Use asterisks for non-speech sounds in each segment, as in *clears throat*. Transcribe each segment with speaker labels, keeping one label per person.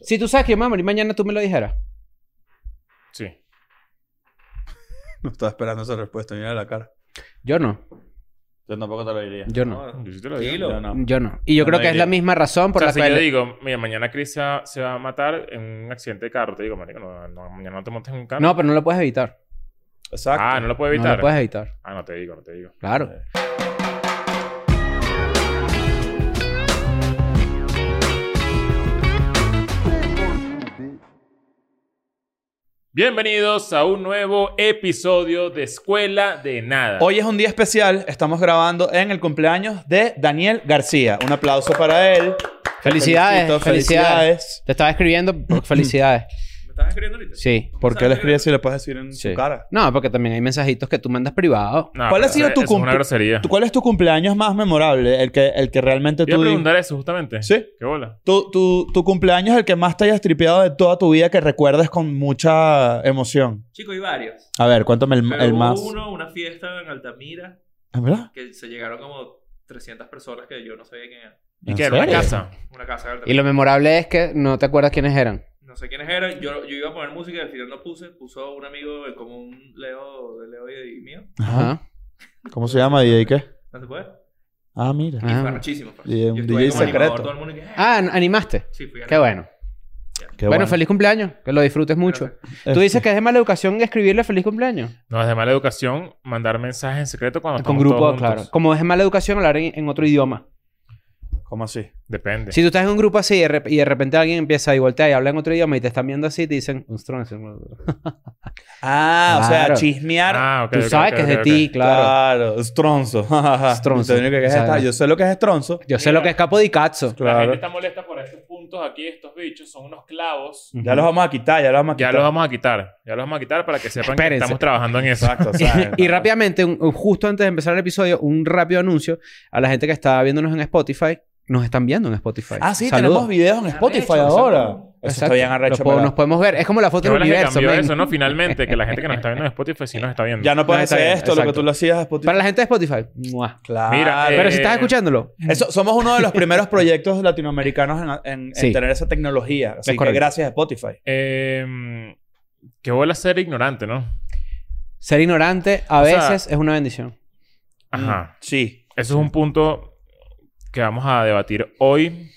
Speaker 1: Si tú sabes que yo me voy a morir mañana, tú me lo dijeras.
Speaker 2: Sí.
Speaker 3: *laughs* No estaba esperando esa respuesta. Mira la cara.
Speaker 1: Yo no.
Speaker 3: Yo tampoco te lo diría.
Speaker 1: Yo no.
Speaker 2: Yo sí te lo
Speaker 3: Dilo.
Speaker 2: digo.
Speaker 3: Yo no.
Speaker 1: Yo no. Y yo
Speaker 3: Yo
Speaker 1: creo
Speaker 3: no
Speaker 1: que es
Speaker 3: diría.
Speaker 1: la misma razón
Speaker 2: O
Speaker 1: por
Speaker 2: sea,
Speaker 1: la
Speaker 2: si yo
Speaker 1: cual.
Speaker 2: digo, mira, mañana Chris se va, se va a matar en un accidente de carro, te digo, marico, no, no, mañana no te montes en un carro.
Speaker 1: No, pero no lo puedes evitar.
Speaker 3: Exacto.
Speaker 2: Ah, no lo puedo
Speaker 1: No
Speaker 2: evitar.
Speaker 1: lo puedes evitar.
Speaker 2: Ah, no te digo, no te digo.
Speaker 1: Claro.
Speaker 2: Bienvenidos a un nuevo episodio de Escuela de Nada.
Speaker 3: Hoy es un día especial. Estamos grabando en el cumpleaños de Daniel García. Un aplauso para él.
Speaker 1: Felicidades,
Speaker 3: Felicito,
Speaker 1: felicidades. Te estaba escribiendo
Speaker 2: *laughs*
Speaker 1: por felicidades.
Speaker 2: ¿Me estás escribiendo ahorita?
Speaker 1: Sí.
Speaker 3: ¿Por qué le escribes si le puedes decir en
Speaker 1: Sí.
Speaker 3: su cara?
Speaker 1: No, porque también hay mensajitos que tú mandas privados.
Speaker 2: No,
Speaker 3: ¿Cuál ha
Speaker 2: pero
Speaker 3: sido
Speaker 2: eso-
Speaker 3: tu
Speaker 2: eso Es una
Speaker 3: cumple-
Speaker 2: grosería.
Speaker 3: ¿Tú- ¿Cuál es tu cumpleaños más memorable? El que, el que realmente
Speaker 2: Te iba
Speaker 3: tú...
Speaker 2: a
Speaker 3: di-
Speaker 2: preguntar eso, justamente.
Speaker 3: Sí.
Speaker 2: ¿Qué bola?
Speaker 3: Tu, tu, tu cumpleaños el que más te hayas tripeado de toda tu vida que recuerdes con mucha emoción.
Speaker 4: Chico, hay varios.
Speaker 3: A ver, cuéntame el,
Speaker 4: Pero
Speaker 3: el
Speaker 4: hubo
Speaker 3: más.
Speaker 4: uno, una fiesta en Altamira,
Speaker 3: ¿Es verdad?
Speaker 4: que se llegaron como 300 personas que yo no sabía quién eran.
Speaker 2: ¿Y
Speaker 3: ¿En
Speaker 2: qué? ¿Era una
Speaker 3: serio?
Speaker 2: casa?
Speaker 4: Una casa de
Speaker 1: Y
Speaker 4: Altamira.
Speaker 1: lo memorable es que no te acuerdas quiénes eran.
Speaker 4: No sé quiénes eran. Yo, yo iba a poner música y al final no puse. Puso un amigo en común, Leo, de Leo y, y mío.
Speaker 3: Ajá.
Speaker 1: Ajá.
Speaker 3: ¿Cómo se llama? ¿DJ qué?
Speaker 4: No se puede.
Speaker 3: Ah, mira.
Speaker 1: Ah.
Speaker 4: Y fue arrechísimo. fue
Speaker 3: Y un
Speaker 4: arrechísimo. Yo
Speaker 3: DJ
Speaker 4: estuve ahí como animador,
Speaker 3: secreto.
Speaker 4: Todo el mundo y que, eh.
Speaker 1: Ah, ¿an- animaste.
Speaker 4: Sí, fui
Speaker 1: Qué bueno.
Speaker 3: Qué
Speaker 1: bueno, feliz cumpleaños. Que lo disfrutes mucho. Tú dices que es de mala educación escribirle feliz cumpleaños.
Speaker 2: No, es de mala educación mandar mensajes en secreto cuando
Speaker 1: Con
Speaker 2: estamos
Speaker 1: grupo,
Speaker 2: todos
Speaker 1: claro.
Speaker 2: juntos.
Speaker 1: Como es de mala educación hablar en, en otro idioma.
Speaker 3: Este, ¿Cómo así?
Speaker 2: Depende.
Speaker 1: Si tú estás en un grupo así y de, rep- y de repente alguien empieza y voltea y habla en otro idioma y te están viendo así, te dicen... "Un strong, strong".
Speaker 3: Ah, o sea,
Speaker 1: Claro.
Speaker 3: chismear.
Speaker 2: Ah, ok,
Speaker 1: Tú
Speaker 2: ok,
Speaker 1: sabes
Speaker 2: ok,
Speaker 1: que es de
Speaker 2: ok,
Speaker 1: ti,
Speaker 2: ok.
Speaker 1: claro.
Speaker 3: Claro, *laughs* estronzo.
Speaker 1: Estronzo.
Speaker 3: Lo único que es
Speaker 1: Exacto.
Speaker 3: esta- Yo sé lo que es estronzo.
Speaker 1: Yo sé lo que es capo di cazzo.
Speaker 2: La
Speaker 3: Claro.
Speaker 2: gente está molesta por estos puntos aquí, estos bichos. Son unos clavos.
Speaker 3: Ya los vamos a quitar, ya los vamos a
Speaker 2: Ya
Speaker 3: quitar.
Speaker 2: los vamos a quitar. Ya los vamos a quitar para que sepan que
Speaker 1: Espérense.
Speaker 2: estamos trabajando en eso.
Speaker 3: Exacto, exacto.
Speaker 1: *laughs* y rápidamente, un- un- justo antes de empezar el episodio, un rápido anuncio a la gente que está viéndonos en Spotify. Nos están viendo en Spotify.
Speaker 3: Ah, sí,
Speaker 1: Saludos.
Speaker 3: tenemos videos en Spotify
Speaker 4: Arrecho,
Speaker 3: ahora.
Speaker 4: exacto.
Speaker 3: Eso
Speaker 1: Exacto.
Speaker 3: está bien arrecho.
Speaker 1: Los po-
Speaker 3: pero-
Speaker 1: Nos podemos ver. Es como la
Speaker 2: Qué
Speaker 1: foto del
Speaker 2: bola que
Speaker 1: universo.
Speaker 2: cambió
Speaker 1: men.
Speaker 2: eso, ¿no? Finalmente, que la gente
Speaker 3: *laughs*
Speaker 2: que nos está viendo en Spotify sí nos está viendo.
Speaker 3: Ya no puedes
Speaker 1: No, está
Speaker 3: hacer
Speaker 1: bien,
Speaker 3: esto, lo que
Speaker 1: exacto.
Speaker 3: tú lo hacías a Spotify.
Speaker 1: Para la gente de Spotify. ¡mua!
Speaker 3: Claro.
Speaker 2: Mira, eh,
Speaker 1: Pero si estás escuchándolo,
Speaker 3: Eso- somos uno
Speaker 1: *laughs*
Speaker 3: de los primeros proyectos latinoamericanos en, en- en
Speaker 1: Sí.
Speaker 3: tener esa tecnología. Así
Speaker 1: Es
Speaker 3: que
Speaker 1: correcto.
Speaker 3: gracias a Spotify.
Speaker 2: Eh, qué bola ser ignorante, ¿no?
Speaker 1: ser ignorante a
Speaker 2: O sea-
Speaker 1: veces es una bendición.
Speaker 2: Ajá.
Speaker 3: Mm, Sí.
Speaker 2: Eso es un punto que vamos a debatir hoy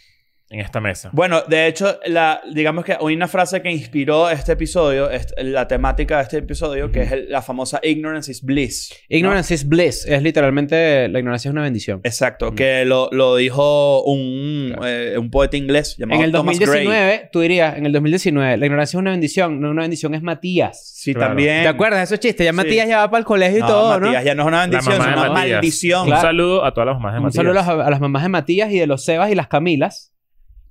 Speaker 2: en esta mesa.
Speaker 3: Bueno, de hecho, la, digamos que hay una frase que inspiró este episodio, est- la temática de este episodio, que
Speaker 2: Ujú.
Speaker 3: es el- la famosa Ignorance is Bliss. ¿no?
Speaker 1: Ignorance is bliss. Es literalmente la ignorancia es una bendición.
Speaker 3: Exacto,
Speaker 1: Mm.
Speaker 3: que lo, lo dijo un,
Speaker 1: Claro.
Speaker 3: eh, un poeta inglés llamado
Speaker 1: en el
Speaker 3: Thomas
Speaker 1: 2019,
Speaker 3: Gray.
Speaker 1: tú dirías, en el 2019, la ignorancia es una bendición, no una bendición es Matías.
Speaker 3: Sí,
Speaker 2: Claro.
Speaker 3: también.
Speaker 1: ¿Te acuerdas de esos chistes? Ya
Speaker 3: Sí.
Speaker 1: Matías ya va para el colegio y
Speaker 3: No,
Speaker 1: todo, ¿no?
Speaker 3: Matías ya no es una bendición,
Speaker 2: mamá
Speaker 3: es
Speaker 2: de
Speaker 3: una
Speaker 2: Matías.
Speaker 3: maldición.
Speaker 2: Un saludo a todas las mamás de
Speaker 1: Un
Speaker 2: Matías.
Speaker 1: saludo a, las- a las mamás de Matías y de los Sebas y las Camilas.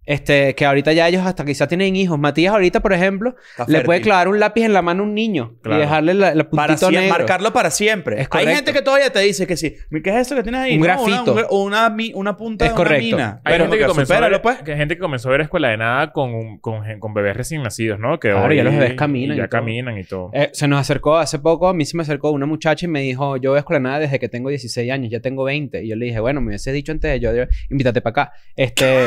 Speaker 1: Este, que ahorita ya ellos hasta quizá tienen hijos. Matías ahorita, por ejemplo,
Speaker 3: Está
Speaker 1: le puede
Speaker 3: fértil.
Speaker 1: clavar un lápiz en la mano a un niño
Speaker 2: Claro.
Speaker 1: y dejarle la, la puntito
Speaker 3: para siempre,
Speaker 1: negro.
Speaker 3: marcarlo para siempre.
Speaker 1: Es
Speaker 3: Hay
Speaker 1: correcto.
Speaker 3: gente que todavía te dice que sí. "Mi, ¿Qué es eso que tienes ahí?
Speaker 1: Un
Speaker 3: No,
Speaker 1: grafito.
Speaker 3: Una, un- una, mi- una punta
Speaker 1: Es
Speaker 3: de una
Speaker 1: correcto.
Speaker 3: mina.
Speaker 2: Hay
Speaker 3: Pero
Speaker 2: gente, que
Speaker 3: porque
Speaker 2: comenzó a
Speaker 3: supéralo,
Speaker 2: ver,
Speaker 3: pues.
Speaker 2: que hay gente que comenzó a ver Escuela de Nada con, un- con, gen- con bebés recién nacidos, ¿no? Que
Speaker 1: Claro,
Speaker 2: hoy-
Speaker 1: ya los bebés caminan
Speaker 2: Ya
Speaker 1: y todo.
Speaker 2: caminan y todo.
Speaker 1: Eh, se nos acercó hace poco, a mí se me acercó una muchacha y me dijo, yo voy a escuela de nada desde que tengo 16 años, ya tengo 20. Y yo le dije, bueno, me hubieses dicho antes, yo, yo- invítate para acá.
Speaker 2: *laughs*
Speaker 1: Este...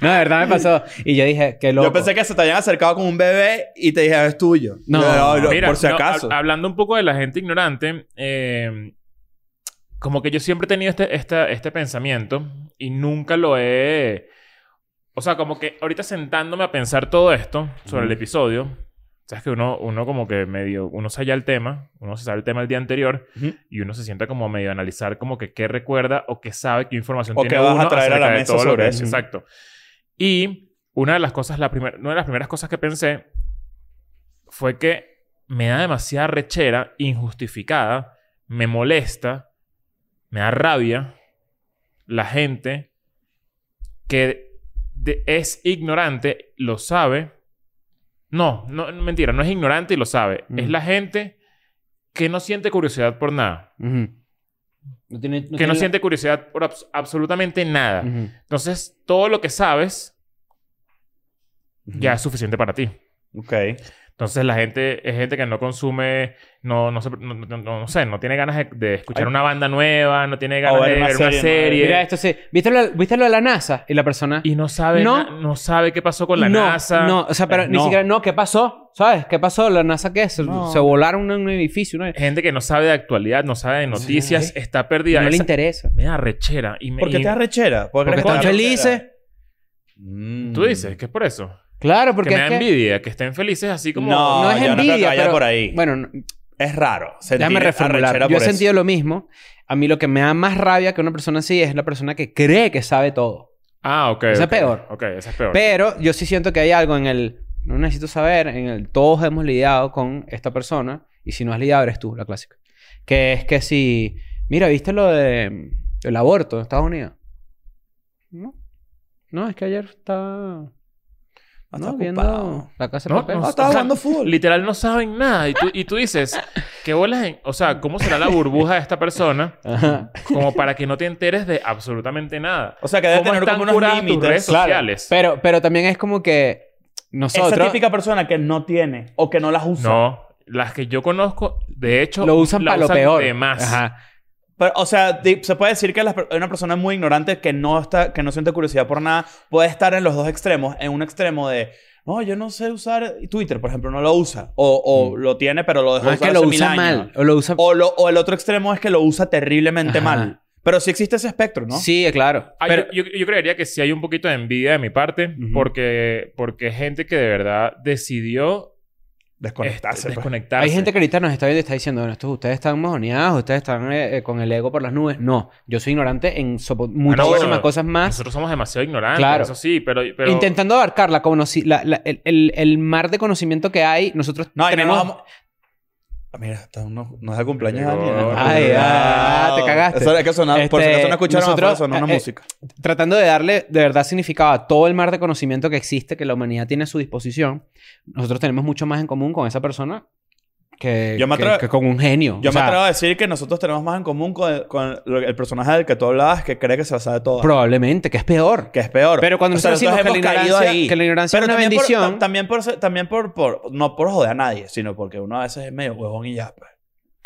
Speaker 1: no, de verdad me pasó. Y yo dije, qué loco.
Speaker 3: Yo pensé que se te habían acercado con un bebé y te dije, "Ah, es tuyo.
Speaker 1: No.
Speaker 3: lo-
Speaker 2: Mira,
Speaker 3: por si
Speaker 2: no, ah,
Speaker 3: acaso.
Speaker 2: hab- hablando un poco de la gente ignorante, eh, como que yo siempre he tenido este, esta- este pensamiento y nunca lo he... O sea, como que ahorita sentándome a pensar todo esto sobre el episodio, sabes que uno, uno como que medio, uno se halla el tema, uno se sabe el tema el día anterior
Speaker 3: Ujú.
Speaker 2: y uno se sienta como medio a analizar como que qué recuerda o qué sabe, qué información
Speaker 3: O
Speaker 2: tiene
Speaker 3: qué vas a
Speaker 2: uno
Speaker 3: traer a la
Speaker 2: acerca de
Speaker 3: mesa
Speaker 2: todo lo
Speaker 3: sobre
Speaker 2: que-
Speaker 3: eso.
Speaker 2: Exacto. Y una de las cosas, la primer- una de las primeras cosas que pensé fue que me da demasiada rechera, injustificada, me molesta, me da rabia la gente que de- es ignorante, lo sabe. No, no, mentira, no es ignorante y lo sabe.
Speaker 1: Mm.
Speaker 2: Es la gente que no siente curiosidad por nada.
Speaker 1: Ujú. No tiene-
Speaker 2: que no
Speaker 1: tiene-
Speaker 2: siente curiosidad por abs- absolutamente nada.
Speaker 3: Mm.
Speaker 1: Ujú.
Speaker 2: Entonces,
Speaker 3: Mm.
Speaker 1: Mm,
Speaker 2: todo lo que sabes ya es suficiente para ti.
Speaker 3: Ok.
Speaker 2: Entonces la gente es gente que no consume, no, no, se- no, no- no- no sé, no tiene ganas de, de escuchar
Speaker 3: Ay.
Speaker 2: una banda nueva, no tiene ganas
Speaker 3: ver
Speaker 2: de
Speaker 3: una
Speaker 2: ver una
Speaker 3: serie, ¿no?
Speaker 2: serie.
Speaker 1: Mira esto, sí. ¿Viste lo, ¿Viste lo de la NASA? Y la persona...
Speaker 2: Y no sabe,
Speaker 1: No.
Speaker 2: na- no sabe qué pasó con la
Speaker 1: no,
Speaker 2: NASA.
Speaker 1: No, o sea, pero
Speaker 2: Eh,
Speaker 1: ni
Speaker 2: no.
Speaker 1: siquiera... No, ¿qué pasó? ¿Sabes? ¿Qué pasó? ¿La NASA qué? Se,
Speaker 3: No.
Speaker 1: se volaron en un edificio. ¿no?
Speaker 2: Gente que no sabe de actualidad, no sabe de noticias,
Speaker 1: Sí.
Speaker 2: está perdida.
Speaker 1: no le
Speaker 2: Esa-
Speaker 1: interesa.
Speaker 2: me da rechera. Y me,
Speaker 3: ¿Por qué
Speaker 2: y-
Speaker 3: te arrechera?
Speaker 1: Porque
Speaker 3: crees que
Speaker 1: están
Speaker 3: te arrechera?
Speaker 1: felices.
Speaker 3: Mm.
Speaker 2: Tú dices que es por eso.
Speaker 1: Claro, porque
Speaker 2: que me
Speaker 1: es
Speaker 2: da
Speaker 1: que-
Speaker 2: envidia, que estén felices así como...
Speaker 3: No,
Speaker 1: no es
Speaker 3: yo no creo que
Speaker 1: envidia,
Speaker 3: vaya
Speaker 1: pero-
Speaker 3: por ahí.
Speaker 1: Bueno, no-
Speaker 3: Es raro. sentir
Speaker 1: déjame reformular.
Speaker 3: arrechera
Speaker 1: Yo he
Speaker 3: por eso.
Speaker 1: sentido lo mismo. A mí lo que me da más rabia que una persona así es la persona que cree que sabe todo.
Speaker 2: Ah, ok.
Speaker 1: Esa es
Speaker 2: ok.
Speaker 1: peor.
Speaker 2: Ok, esa es peor.
Speaker 1: Pero yo sí siento que hay algo en el... No necesito saber, en el todos hemos lidiado con esta persona. Y si no has lidiado, eres tú, la clásica. Que es que si... Mira, ¿viste lo de... El aborto en Estados Unidos? No. No, es que ayer estaba... no,
Speaker 3: No, Ah,
Speaker 1: *laughs*
Speaker 3: está ocupado.
Speaker 1: viendo la casa de
Speaker 2: No,
Speaker 1: papel.
Speaker 2: no,
Speaker 3: No,
Speaker 2: O
Speaker 3: estaba
Speaker 2: sea,
Speaker 3: jugando fútbol.
Speaker 2: Literal no saben nada. Y tú, y tú dices, ¿qué bolas en...? O sea, ¿cómo será la burbuja de esta persona
Speaker 1: Ajá.
Speaker 2: como para que no te enteres de absolutamente nada?
Speaker 3: O sea, que debe
Speaker 2: ¿Cómo
Speaker 3: tener
Speaker 2: están
Speaker 3: como unos
Speaker 2: curadas tus redes
Speaker 3: límites.
Speaker 2: sociales?
Speaker 1: Pero, pero también es como que nosotros
Speaker 3: Esa típica persona que no tiene o que no las usa.
Speaker 2: No, las que yo conozco, de hecho...
Speaker 1: lo usan
Speaker 2: la
Speaker 1: para lo peor.
Speaker 2: De más.
Speaker 1: Ajá.
Speaker 3: Pero, o sea, di- se puede decir que las per- una persona muy ignorante que no, está, que no siente curiosidad por nada puede estar en los dos extremos. En un extremo de, no, yo no sé usar Twitter, por ejemplo, no lo usa. O, o lo tiene, pero lo
Speaker 1: No,
Speaker 3: dejó
Speaker 1: Mm. Ah, es
Speaker 3: usar
Speaker 1: que lo
Speaker 3: hace mil
Speaker 1: usa
Speaker 3: años.
Speaker 1: mal. O lo usa...
Speaker 3: O, lo- o el otro extremo es que lo usa terriblemente
Speaker 1: Ajá.
Speaker 3: mal. Pero sí existe ese espectro, ¿no?
Speaker 1: Sí, claro.
Speaker 2: Ah,
Speaker 1: Pero...
Speaker 2: yo, yo- yo creería que sí hay un poquito de envidia de mi parte
Speaker 1: Ujú.
Speaker 2: porque, porque gente que de verdad decidió
Speaker 3: Desconectarse.
Speaker 2: este,
Speaker 3: pues.
Speaker 2: desconectarse.
Speaker 1: Hay gente que ahorita nos está viendo y está diciendo, bueno, estos, ustedes están mojoneados, ustedes están eh, eh, con el ego por las nubes. No, yo soy ignorante en sopo- muchísimas
Speaker 2: bueno,
Speaker 1: cosas más.
Speaker 2: Nosotros somos demasiado ignorantes,
Speaker 1: Claro.
Speaker 2: eso sí, pero... pero
Speaker 1: Intentando abarcar la conoci- la- la- el, el- el mar de conocimiento que hay, nosotros
Speaker 3: No, y no
Speaker 1: tenemos...
Speaker 3: nos vamos... Ah, Mira, está uno- nos da cumpleaños
Speaker 2: Llegó.
Speaker 3: Daniel.
Speaker 1: Ay,
Speaker 3: Cuidado.
Speaker 1: ah, te cagaste.
Speaker 3: Eso era que sonaba. por si
Speaker 1: Este,
Speaker 3: acaso no escucharon
Speaker 1: nosotros-
Speaker 3: afuera, sonó una
Speaker 1: eh,
Speaker 3: música.
Speaker 1: tratando de darle de verdad significado a todo el mar de conocimiento que existe, que la humanidad tiene a su disposición, nosotros tenemos mucho más en común con esa persona que,
Speaker 3: Yo me
Speaker 1: que-
Speaker 3: atrevo-
Speaker 1: que con un genio.
Speaker 3: Yo
Speaker 1: O
Speaker 3: me
Speaker 1: sea,
Speaker 3: atrevo a decir que nosotros tenemos más en común con, con lo- el personaje del que tú hablabas que cree que se la sabe todo.
Speaker 1: Probablemente, que es peor.
Speaker 3: que es peor.
Speaker 1: Pero cuando
Speaker 3: O sea,
Speaker 1: nosotros decimos que la
Speaker 3: hemos caído
Speaker 1: ignorancia, que la ignorancia es una
Speaker 3: también por-
Speaker 1: bendición...
Speaker 3: tam- también por, ser- también por, por- no por joder a nadie, sino porque uno a veces es medio huevón y ya. pues.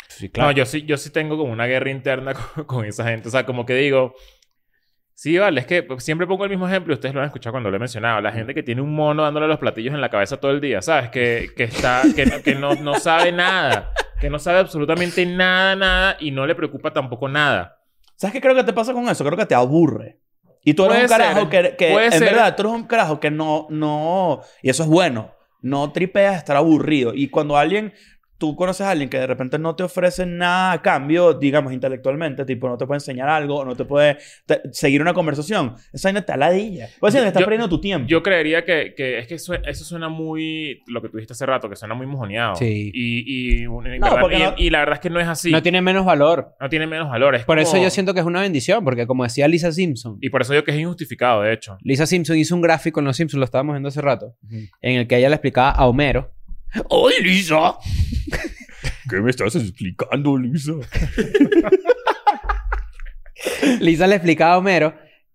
Speaker 1: Sí,
Speaker 2: No, yo sí, yo sí tengo como una guerra interna *laughs* con, con esa gente. O sea, como que digo... Sí, vale, es que pues, siempre pongo el mismo ejemplo y ustedes lo han escuchado cuando lo he mencionado. La gente que tiene un mono dándole los platillos en la cabeza todo el día, ¿sabes? Que, que está... Que, no- que no, no sabe nada. Que no sabe absolutamente nada, nada. Y no le preocupa tampoco nada.
Speaker 3: ¿Sabes qué creo que te pasa con eso? Creo que te aburre. Y tú eres
Speaker 2: Puede
Speaker 3: un
Speaker 2: ser,
Speaker 3: carajo que, que-
Speaker 2: puede
Speaker 3: en
Speaker 2: ser.
Speaker 3: verdad, tú eres un carajo que no, no, y eso es bueno, no tripeas estar aburrido. Y cuando alguien, tú conoces a alguien que de repente no te ofrece nada a cambio, digamos, intelectualmente, tipo, no te puede enseñar algo, no te puede te- seguir una conversación, esa vaina te aladilla. Pues sí, te estás
Speaker 2: Yo-
Speaker 3: perdiendo tu tiempo.
Speaker 2: Yo creería que, que es que eso, eso suena muy... Lo que tú dijiste hace rato, que suena muy mojoneado.
Speaker 1: Sí.
Speaker 2: Y, y, y- y-
Speaker 3: No,
Speaker 2: verdad-
Speaker 3: porque
Speaker 2: y-
Speaker 3: no-
Speaker 2: y la verdad es que no es así.
Speaker 1: No tiene menos valor.
Speaker 2: no tiene menos valores.
Speaker 1: Por eso
Speaker 3: Oh.
Speaker 1: yo siento que es una bendición, porque como decía Lisa Simpson,
Speaker 2: Y por eso yo que es injustificado, de hecho.
Speaker 1: Lisa Simpson hizo un gráfico en Los Simpsons, lo estábamos viendo hace rato, en el que ella le explicaba a Homero. *laughs*
Speaker 3: ¡Ay, Lisa! ¿Qué me estás explicando, Lisa?
Speaker 1: Lisa le explicaba a Homero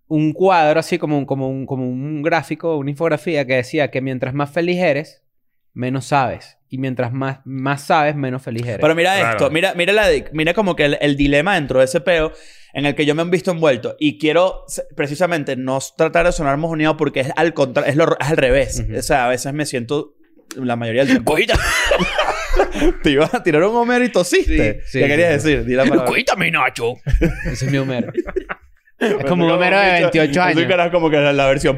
Speaker 1: un cuadro así como un, como un, como un gráfico, una infografía que decía que mientras más feliz eres, menos sabes. Y mientras más, más sabes, menos feliz eres.
Speaker 3: Pero mira
Speaker 2: Claro.
Speaker 3: esto, mira, mira, la, de- mira como que el, el dilema dentro de ese peo en el que yo me he visto envuelto. Y quiero se- precisamente no s- tratar de sonar mojoneado porque es al contra, es, lo, r- es al revés.
Speaker 1: Ujú.
Speaker 3: O sea, a veces me siento la mayoría del tiempo. *laughs* Te ibas a tirar un Homero y tosiste.
Speaker 1: Sí, sí,
Speaker 3: ¿Qué querías
Speaker 1: sí,
Speaker 3: decir? Di la palabra.
Speaker 1: Ese es mi
Speaker 3: *laughs*
Speaker 1: Homero. es
Speaker 3: Me
Speaker 1: como un
Speaker 3: tocaba
Speaker 1: Homero de
Speaker 3: bicho-
Speaker 1: 28
Speaker 3: Es un
Speaker 1: años.
Speaker 3: carajo como que la, la versión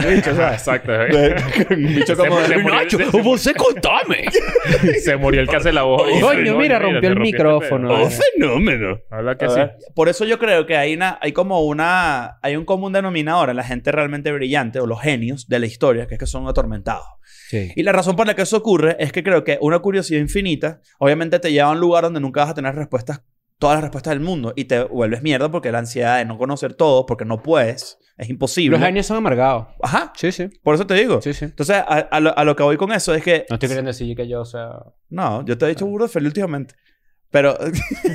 Speaker 1: *laughs*
Speaker 3: ¿no? Bicho, o sea,
Speaker 2: Exacto. ¿eh?
Speaker 3: *laughs* de- un bicho como
Speaker 2: Se
Speaker 3: de-
Speaker 2: murió- se-
Speaker 3: *laughs*
Speaker 5: Você contame!
Speaker 2: *laughs* Se murió el que hace la voz.
Speaker 1: Coño, mira, rompió
Speaker 2: te
Speaker 1: el
Speaker 2: rompiste
Speaker 1: micrófono.
Speaker 2: este pedo.
Speaker 1: Oh,
Speaker 5: fenómeno!
Speaker 2: Habla que
Speaker 3: A
Speaker 2: sí.
Speaker 3: ver, Por eso yo creo que hay una, hay como una, hay un común denominador en la gente realmente brillante o los genios de la historia, que es que son atormentados.
Speaker 1: Sí.
Speaker 3: Y la razón por la que eso ocurre es que creo que una curiosidad infinita, obviamente te lleva a un lugar donde nunca vas a tener respuestas, todas las respuestas del mundo, y te vuelves mierda porque la ansiedad de no conocer todo, porque no puedes, es imposible.
Speaker 1: Los años son amargados.
Speaker 3: Ajá,
Speaker 1: Sí, sí.
Speaker 3: por eso te digo.
Speaker 1: Sí, Ah. sí.
Speaker 3: Entonces, a, a lo, a lo que voy con eso es que...
Speaker 1: No estoy queriendo decir que yo, o sea...
Speaker 3: No, yo te he dicho
Speaker 1: Ah.
Speaker 3: burro de feliz últimamente. Pero,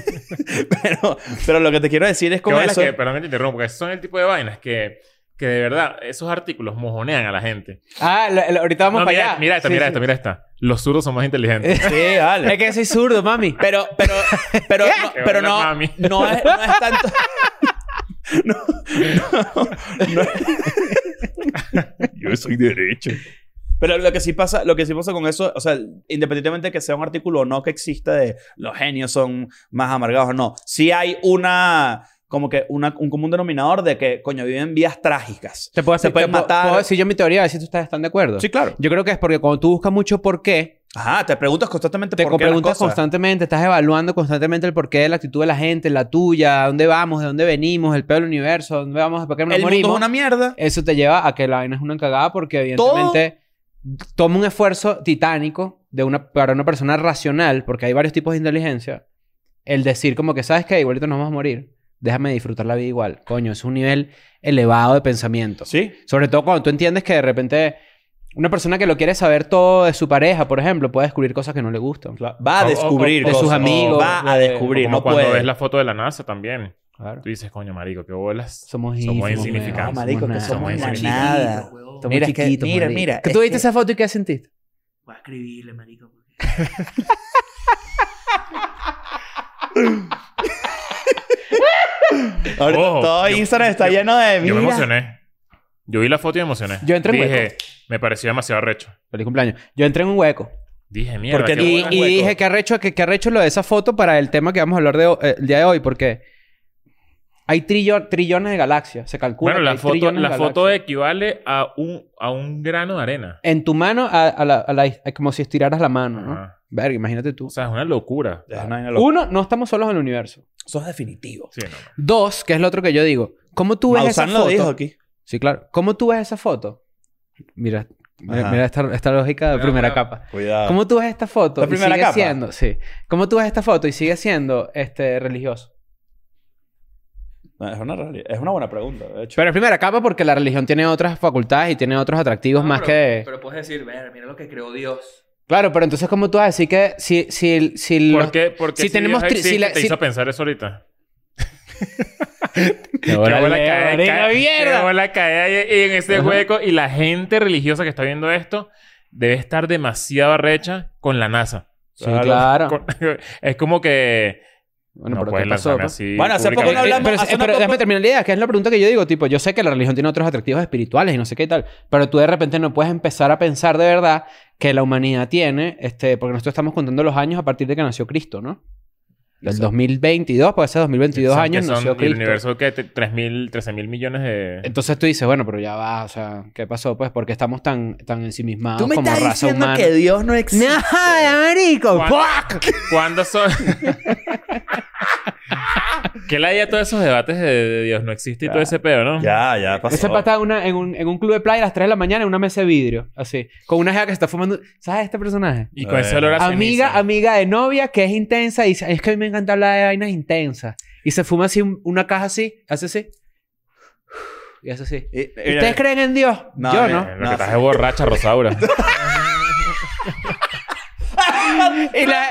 Speaker 3: *laughs* pero, pero lo que te quiero decir es
Speaker 2: Que
Speaker 3: como
Speaker 2: vale
Speaker 3: eso...
Speaker 2: que- perdón que te interrumpo, porque esos son el tipo de vainas que que de verdad esos artículos mojonean a la gente.
Speaker 1: Ah, lo- lo- ahorita vamos
Speaker 2: No,
Speaker 1: para
Speaker 2: mira,
Speaker 1: allá.
Speaker 2: mira esta,
Speaker 1: Sí,
Speaker 2: mira
Speaker 1: sí.
Speaker 2: esta, mira esta. Los zurdos son más inteligentes.
Speaker 3: Sí, vale.
Speaker 1: Es que soy zurdo, mami.
Speaker 3: Pero, pero, pero, no,
Speaker 2: Qué
Speaker 3: pero
Speaker 2: buena
Speaker 3: no,
Speaker 2: *laughs* mami.
Speaker 3: no, es, no
Speaker 1: *laughs*
Speaker 3: es tanto. No, no, no es- Yo soy
Speaker 1: *laughs*
Speaker 3: derecho. Pero lo que sí pasa, lo que sí pasa con eso, o sea, independientemente de que sea un artículo o no que exista de los genios son más amargados o no, sí hay una como que una- un común denominador de que coño viven vidas trágicas.
Speaker 1: Te puedo
Speaker 3: Se
Speaker 1: hacer,
Speaker 3: pueden
Speaker 1: te puedo-
Speaker 3: matar.
Speaker 1: Puedo decir yo mi teoría, a ver si tú estás, están de acuerdo.
Speaker 3: Sí, claro.
Speaker 1: Yo creo que es porque cuando tú buscas mucho por qué,
Speaker 3: Ajá, te preguntas constantemente
Speaker 1: te
Speaker 3: por qué las
Speaker 1: preguntas
Speaker 3: cosas.
Speaker 1: constantemente, estás evaluando constantemente el porqué de la actitud de la gente, la tuya, a dónde vamos, de dónde venimos, el peor del universo, dónde vamos, a por qué nos
Speaker 3: El mundo
Speaker 1: morimos.
Speaker 3: es una mierda.
Speaker 1: Eso te lleva a que la vaina es una cagada porque evidentemente toma un esfuerzo titánico de una, para una persona racional, porque hay varios tipos de inteligencia, el decir como que, ¿sabes qué? Igualito nos vamos a morir. Déjame disfrutar la vida igual. Coño, es un nivel elevado de pensamiento.
Speaker 3: Sí.
Speaker 1: Sobre todo cuando tú entiendes que de repente una persona que lo quiere saber todo de su pareja, por ejemplo, puede descubrir cosas que no le gustan.
Speaker 3: Va a
Speaker 2: O- o-
Speaker 3: descubrir
Speaker 1: o de sus
Speaker 3: cosas.
Speaker 1: amigos,
Speaker 3: Va a
Speaker 1: de-
Speaker 2: Como
Speaker 3: descubrir. No
Speaker 2: cuando
Speaker 3: puede.
Speaker 2: ves la foto de la NASA también.
Speaker 1: Claro.
Speaker 2: Tú dices, coño, marico, qué bolas.
Speaker 1: Somos,
Speaker 2: Somos
Speaker 1: ínfimos,
Speaker 2: insignificantes.
Speaker 1: weón.
Speaker 3: No, marico, que
Speaker 1: nada.
Speaker 2: somos
Speaker 1: Somos
Speaker 2: una
Speaker 1: chiquitos.
Speaker 3: nada.
Speaker 4: Voy
Speaker 1: Somos
Speaker 3: Mira que-
Speaker 1: chiquitos,
Speaker 3: mira,
Speaker 1: marico.
Speaker 3: mira,
Speaker 1: ¿Que tú
Speaker 3: es
Speaker 1: viste
Speaker 3: que-
Speaker 1: esa foto y qué sentiste?
Speaker 4: a escribirle, marico.
Speaker 3: Ahorita
Speaker 2: Ojo,
Speaker 3: todo
Speaker 2: Oh, yo-
Speaker 3: Instagram está
Speaker 2: yo-
Speaker 3: lleno de
Speaker 2: Yo
Speaker 3: mira.
Speaker 2: me emocioné. Yo vi la foto y me emocioné.
Speaker 1: Yo entré en
Speaker 2: Dije, me pareció demasiado recho.
Speaker 1: Feliz cumpleaños. Yo entré en un hueco.
Speaker 2: Dije, mierda.
Speaker 3: Porque
Speaker 2: qué
Speaker 3: ni-
Speaker 1: Y,
Speaker 2: bolas.
Speaker 1: y
Speaker 3: hueco.
Speaker 1: dije que arrecho, que, que arrecho lo de esa foto para el tema que vamos a hablar de, ho- eh, el día de hoy, porque hay trillo- trillones de galaxias, se calcula.
Speaker 2: Bueno,
Speaker 1: que
Speaker 2: la
Speaker 1: hay
Speaker 2: foto,
Speaker 1: trillones de
Speaker 2: la foto
Speaker 1: galaxias.
Speaker 2: equivale a un, a un grano de arena.
Speaker 1: En tu mano, a, a la, a la- como si estiraras la mano, ¿no?
Speaker 2: Ajá.
Speaker 1: Verga, imagínate tú.
Speaker 2: O sea, es una locura.
Speaker 3: Ya, no hay nada loco.
Speaker 1: Uno, no estamos solos en el universo.
Speaker 3: Eso es definitivo.
Speaker 2: Sí, no.
Speaker 1: Dos, que es lo otro que yo digo. ¿Cómo tú ves
Speaker 3: Maussan
Speaker 1: esa
Speaker 3: lo
Speaker 1: foto?
Speaker 3: dijo aquí.
Speaker 1: Sí, claro. ¿Cómo tú ves esa foto? Mira, mira
Speaker 3: Ajá.
Speaker 1: mira esta, esta lógica de
Speaker 2: Mira,
Speaker 1: primera
Speaker 2: mira.
Speaker 1: capa.
Speaker 3: Cuidado.
Speaker 1: ¿Cómo tú ves esta foto
Speaker 3: La
Speaker 1: y
Speaker 3: primera
Speaker 1: sigue
Speaker 3: capa.
Speaker 1: siendo, sí. ¿Cómo tú ves esta foto y sigue siendo este religioso?
Speaker 3: No, Es una, realidad- es una buena pregunta, de hecho.
Speaker 1: Pero es primera capa porque la religión tiene otras facultades y tiene otros atractivos
Speaker 2: Ah,
Speaker 1: más que
Speaker 4: Pero puedes decir, ver, mira lo que creó Dios.
Speaker 1: Claro, pero entonces cómo tú vas a decir que si si si
Speaker 2: ¿Por
Speaker 1: los-
Speaker 2: qué? ¿Por qué
Speaker 1: si tenemos
Speaker 2: Dios
Speaker 1: tri- si
Speaker 2: existe,
Speaker 1: la-
Speaker 2: te
Speaker 1: si-
Speaker 2: hizo pensar eso ahorita?
Speaker 1: Qué
Speaker 2: Qué
Speaker 1: bola
Speaker 2: bola
Speaker 1: leo,
Speaker 2: caer-
Speaker 1: marica,
Speaker 2: caer-
Speaker 1: mierda.
Speaker 2: qué bola caer ahí en ese
Speaker 1: Ajá.
Speaker 2: hueco. Y la gente religiosa que está viendo esto debe estar demasiado arrecha con la NASA.
Speaker 1: Sí, claro.
Speaker 2: Con- *laughs* es como que...
Speaker 1: Bueno,
Speaker 2: no
Speaker 1: pero
Speaker 2: pueden
Speaker 1: ¿qué pasó?
Speaker 2: lanzarme
Speaker 1: pues?
Speaker 2: así
Speaker 3: Bueno, hace poco no
Speaker 1: Eh,
Speaker 2: públicamente.
Speaker 3: hablamos-
Speaker 1: pero
Speaker 3: hace
Speaker 1: eh,
Speaker 3: una
Speaker 1: pero
Speaker 3: poco-
Speaker 1: déjame terminar la idea, que es la pregunta que yo digo, tipo, yo sé que la religión tiene otros atractivos espirituales y no sé qué y tal, pero tú de repente no puedes empezar a pensar de verdad que la humanidad tiene, este, porque nosotros estamos contando los años a partir de que nació Cristo, ¿no? Del
Speaker 3: Exacto.
Speaker 1: 2022, puede ser 2022
Speaker 2: Exacto,
Speaker 1: años
Speaker 2: son-
Speaker 1: nació
Speaker 2: El
Speaker 1: Cristo.
Speaker 2: universo que te- 3.000, 13.000 millones de...
Speaker 3: Eh,
Speaker 1: Entonces tú dices, bueno, pero ya va, o sea, ¿qué pasó? Pues porque estamos tan, tan
Speaker 2: Ah,
Speaker 1: ensimismados
Speaker 3: Tú me
Speaker 1: como
Speaker 3: estás
Speaker 1: raza
Speaker 3: diciendo
Speaker 1: humana.
Speaker 3: que Dios no existe.
Speaker 1: ¡Nada, marico!
Speaker 2: ¿Cuán- ¿Cuándo
Speaker 3: *laughs*
Speaker 2: son...? ¿Qué la idea de todos esos debates de, de Dios no existe y todo
Speaker 3: Ya.
Speaker 2: ese pedo, no?
Speaker 3: Ya, ya pasó.
Speaker 1: Ese pata una, en, un, en un club de playa a las 3 de la mañana en una mesa de vidrio, así, con una jeva que se está fumando. ¿Sabes este personaje?
Speaker 2: Y con
Speaker 3: Eh.
Speaker 2: ese olor a
Speaker 1: Amiga,
Speaker 2: ceniza.
Speaker 1: amiga de novia que es intensa y dice, es que a mí me encanta hablar de vainas intensas. Y se fuma así un- una caja así, hace así. Y hace así.
Speaker 3: Eh, eh,
Speaker 1: ¿Ustedes creen en Dios?
Speaker 3: No,
Speaker 1: Yo
Speaker 3: mira,
Speaker 1: no.
Speaker 2: Eh, Lo
Speaker 3: No,
Speaker 2: que estás es borracha,
Speaker 3: *laughs*
Speaker 2: Rosaura.
Speaker 1: Y la,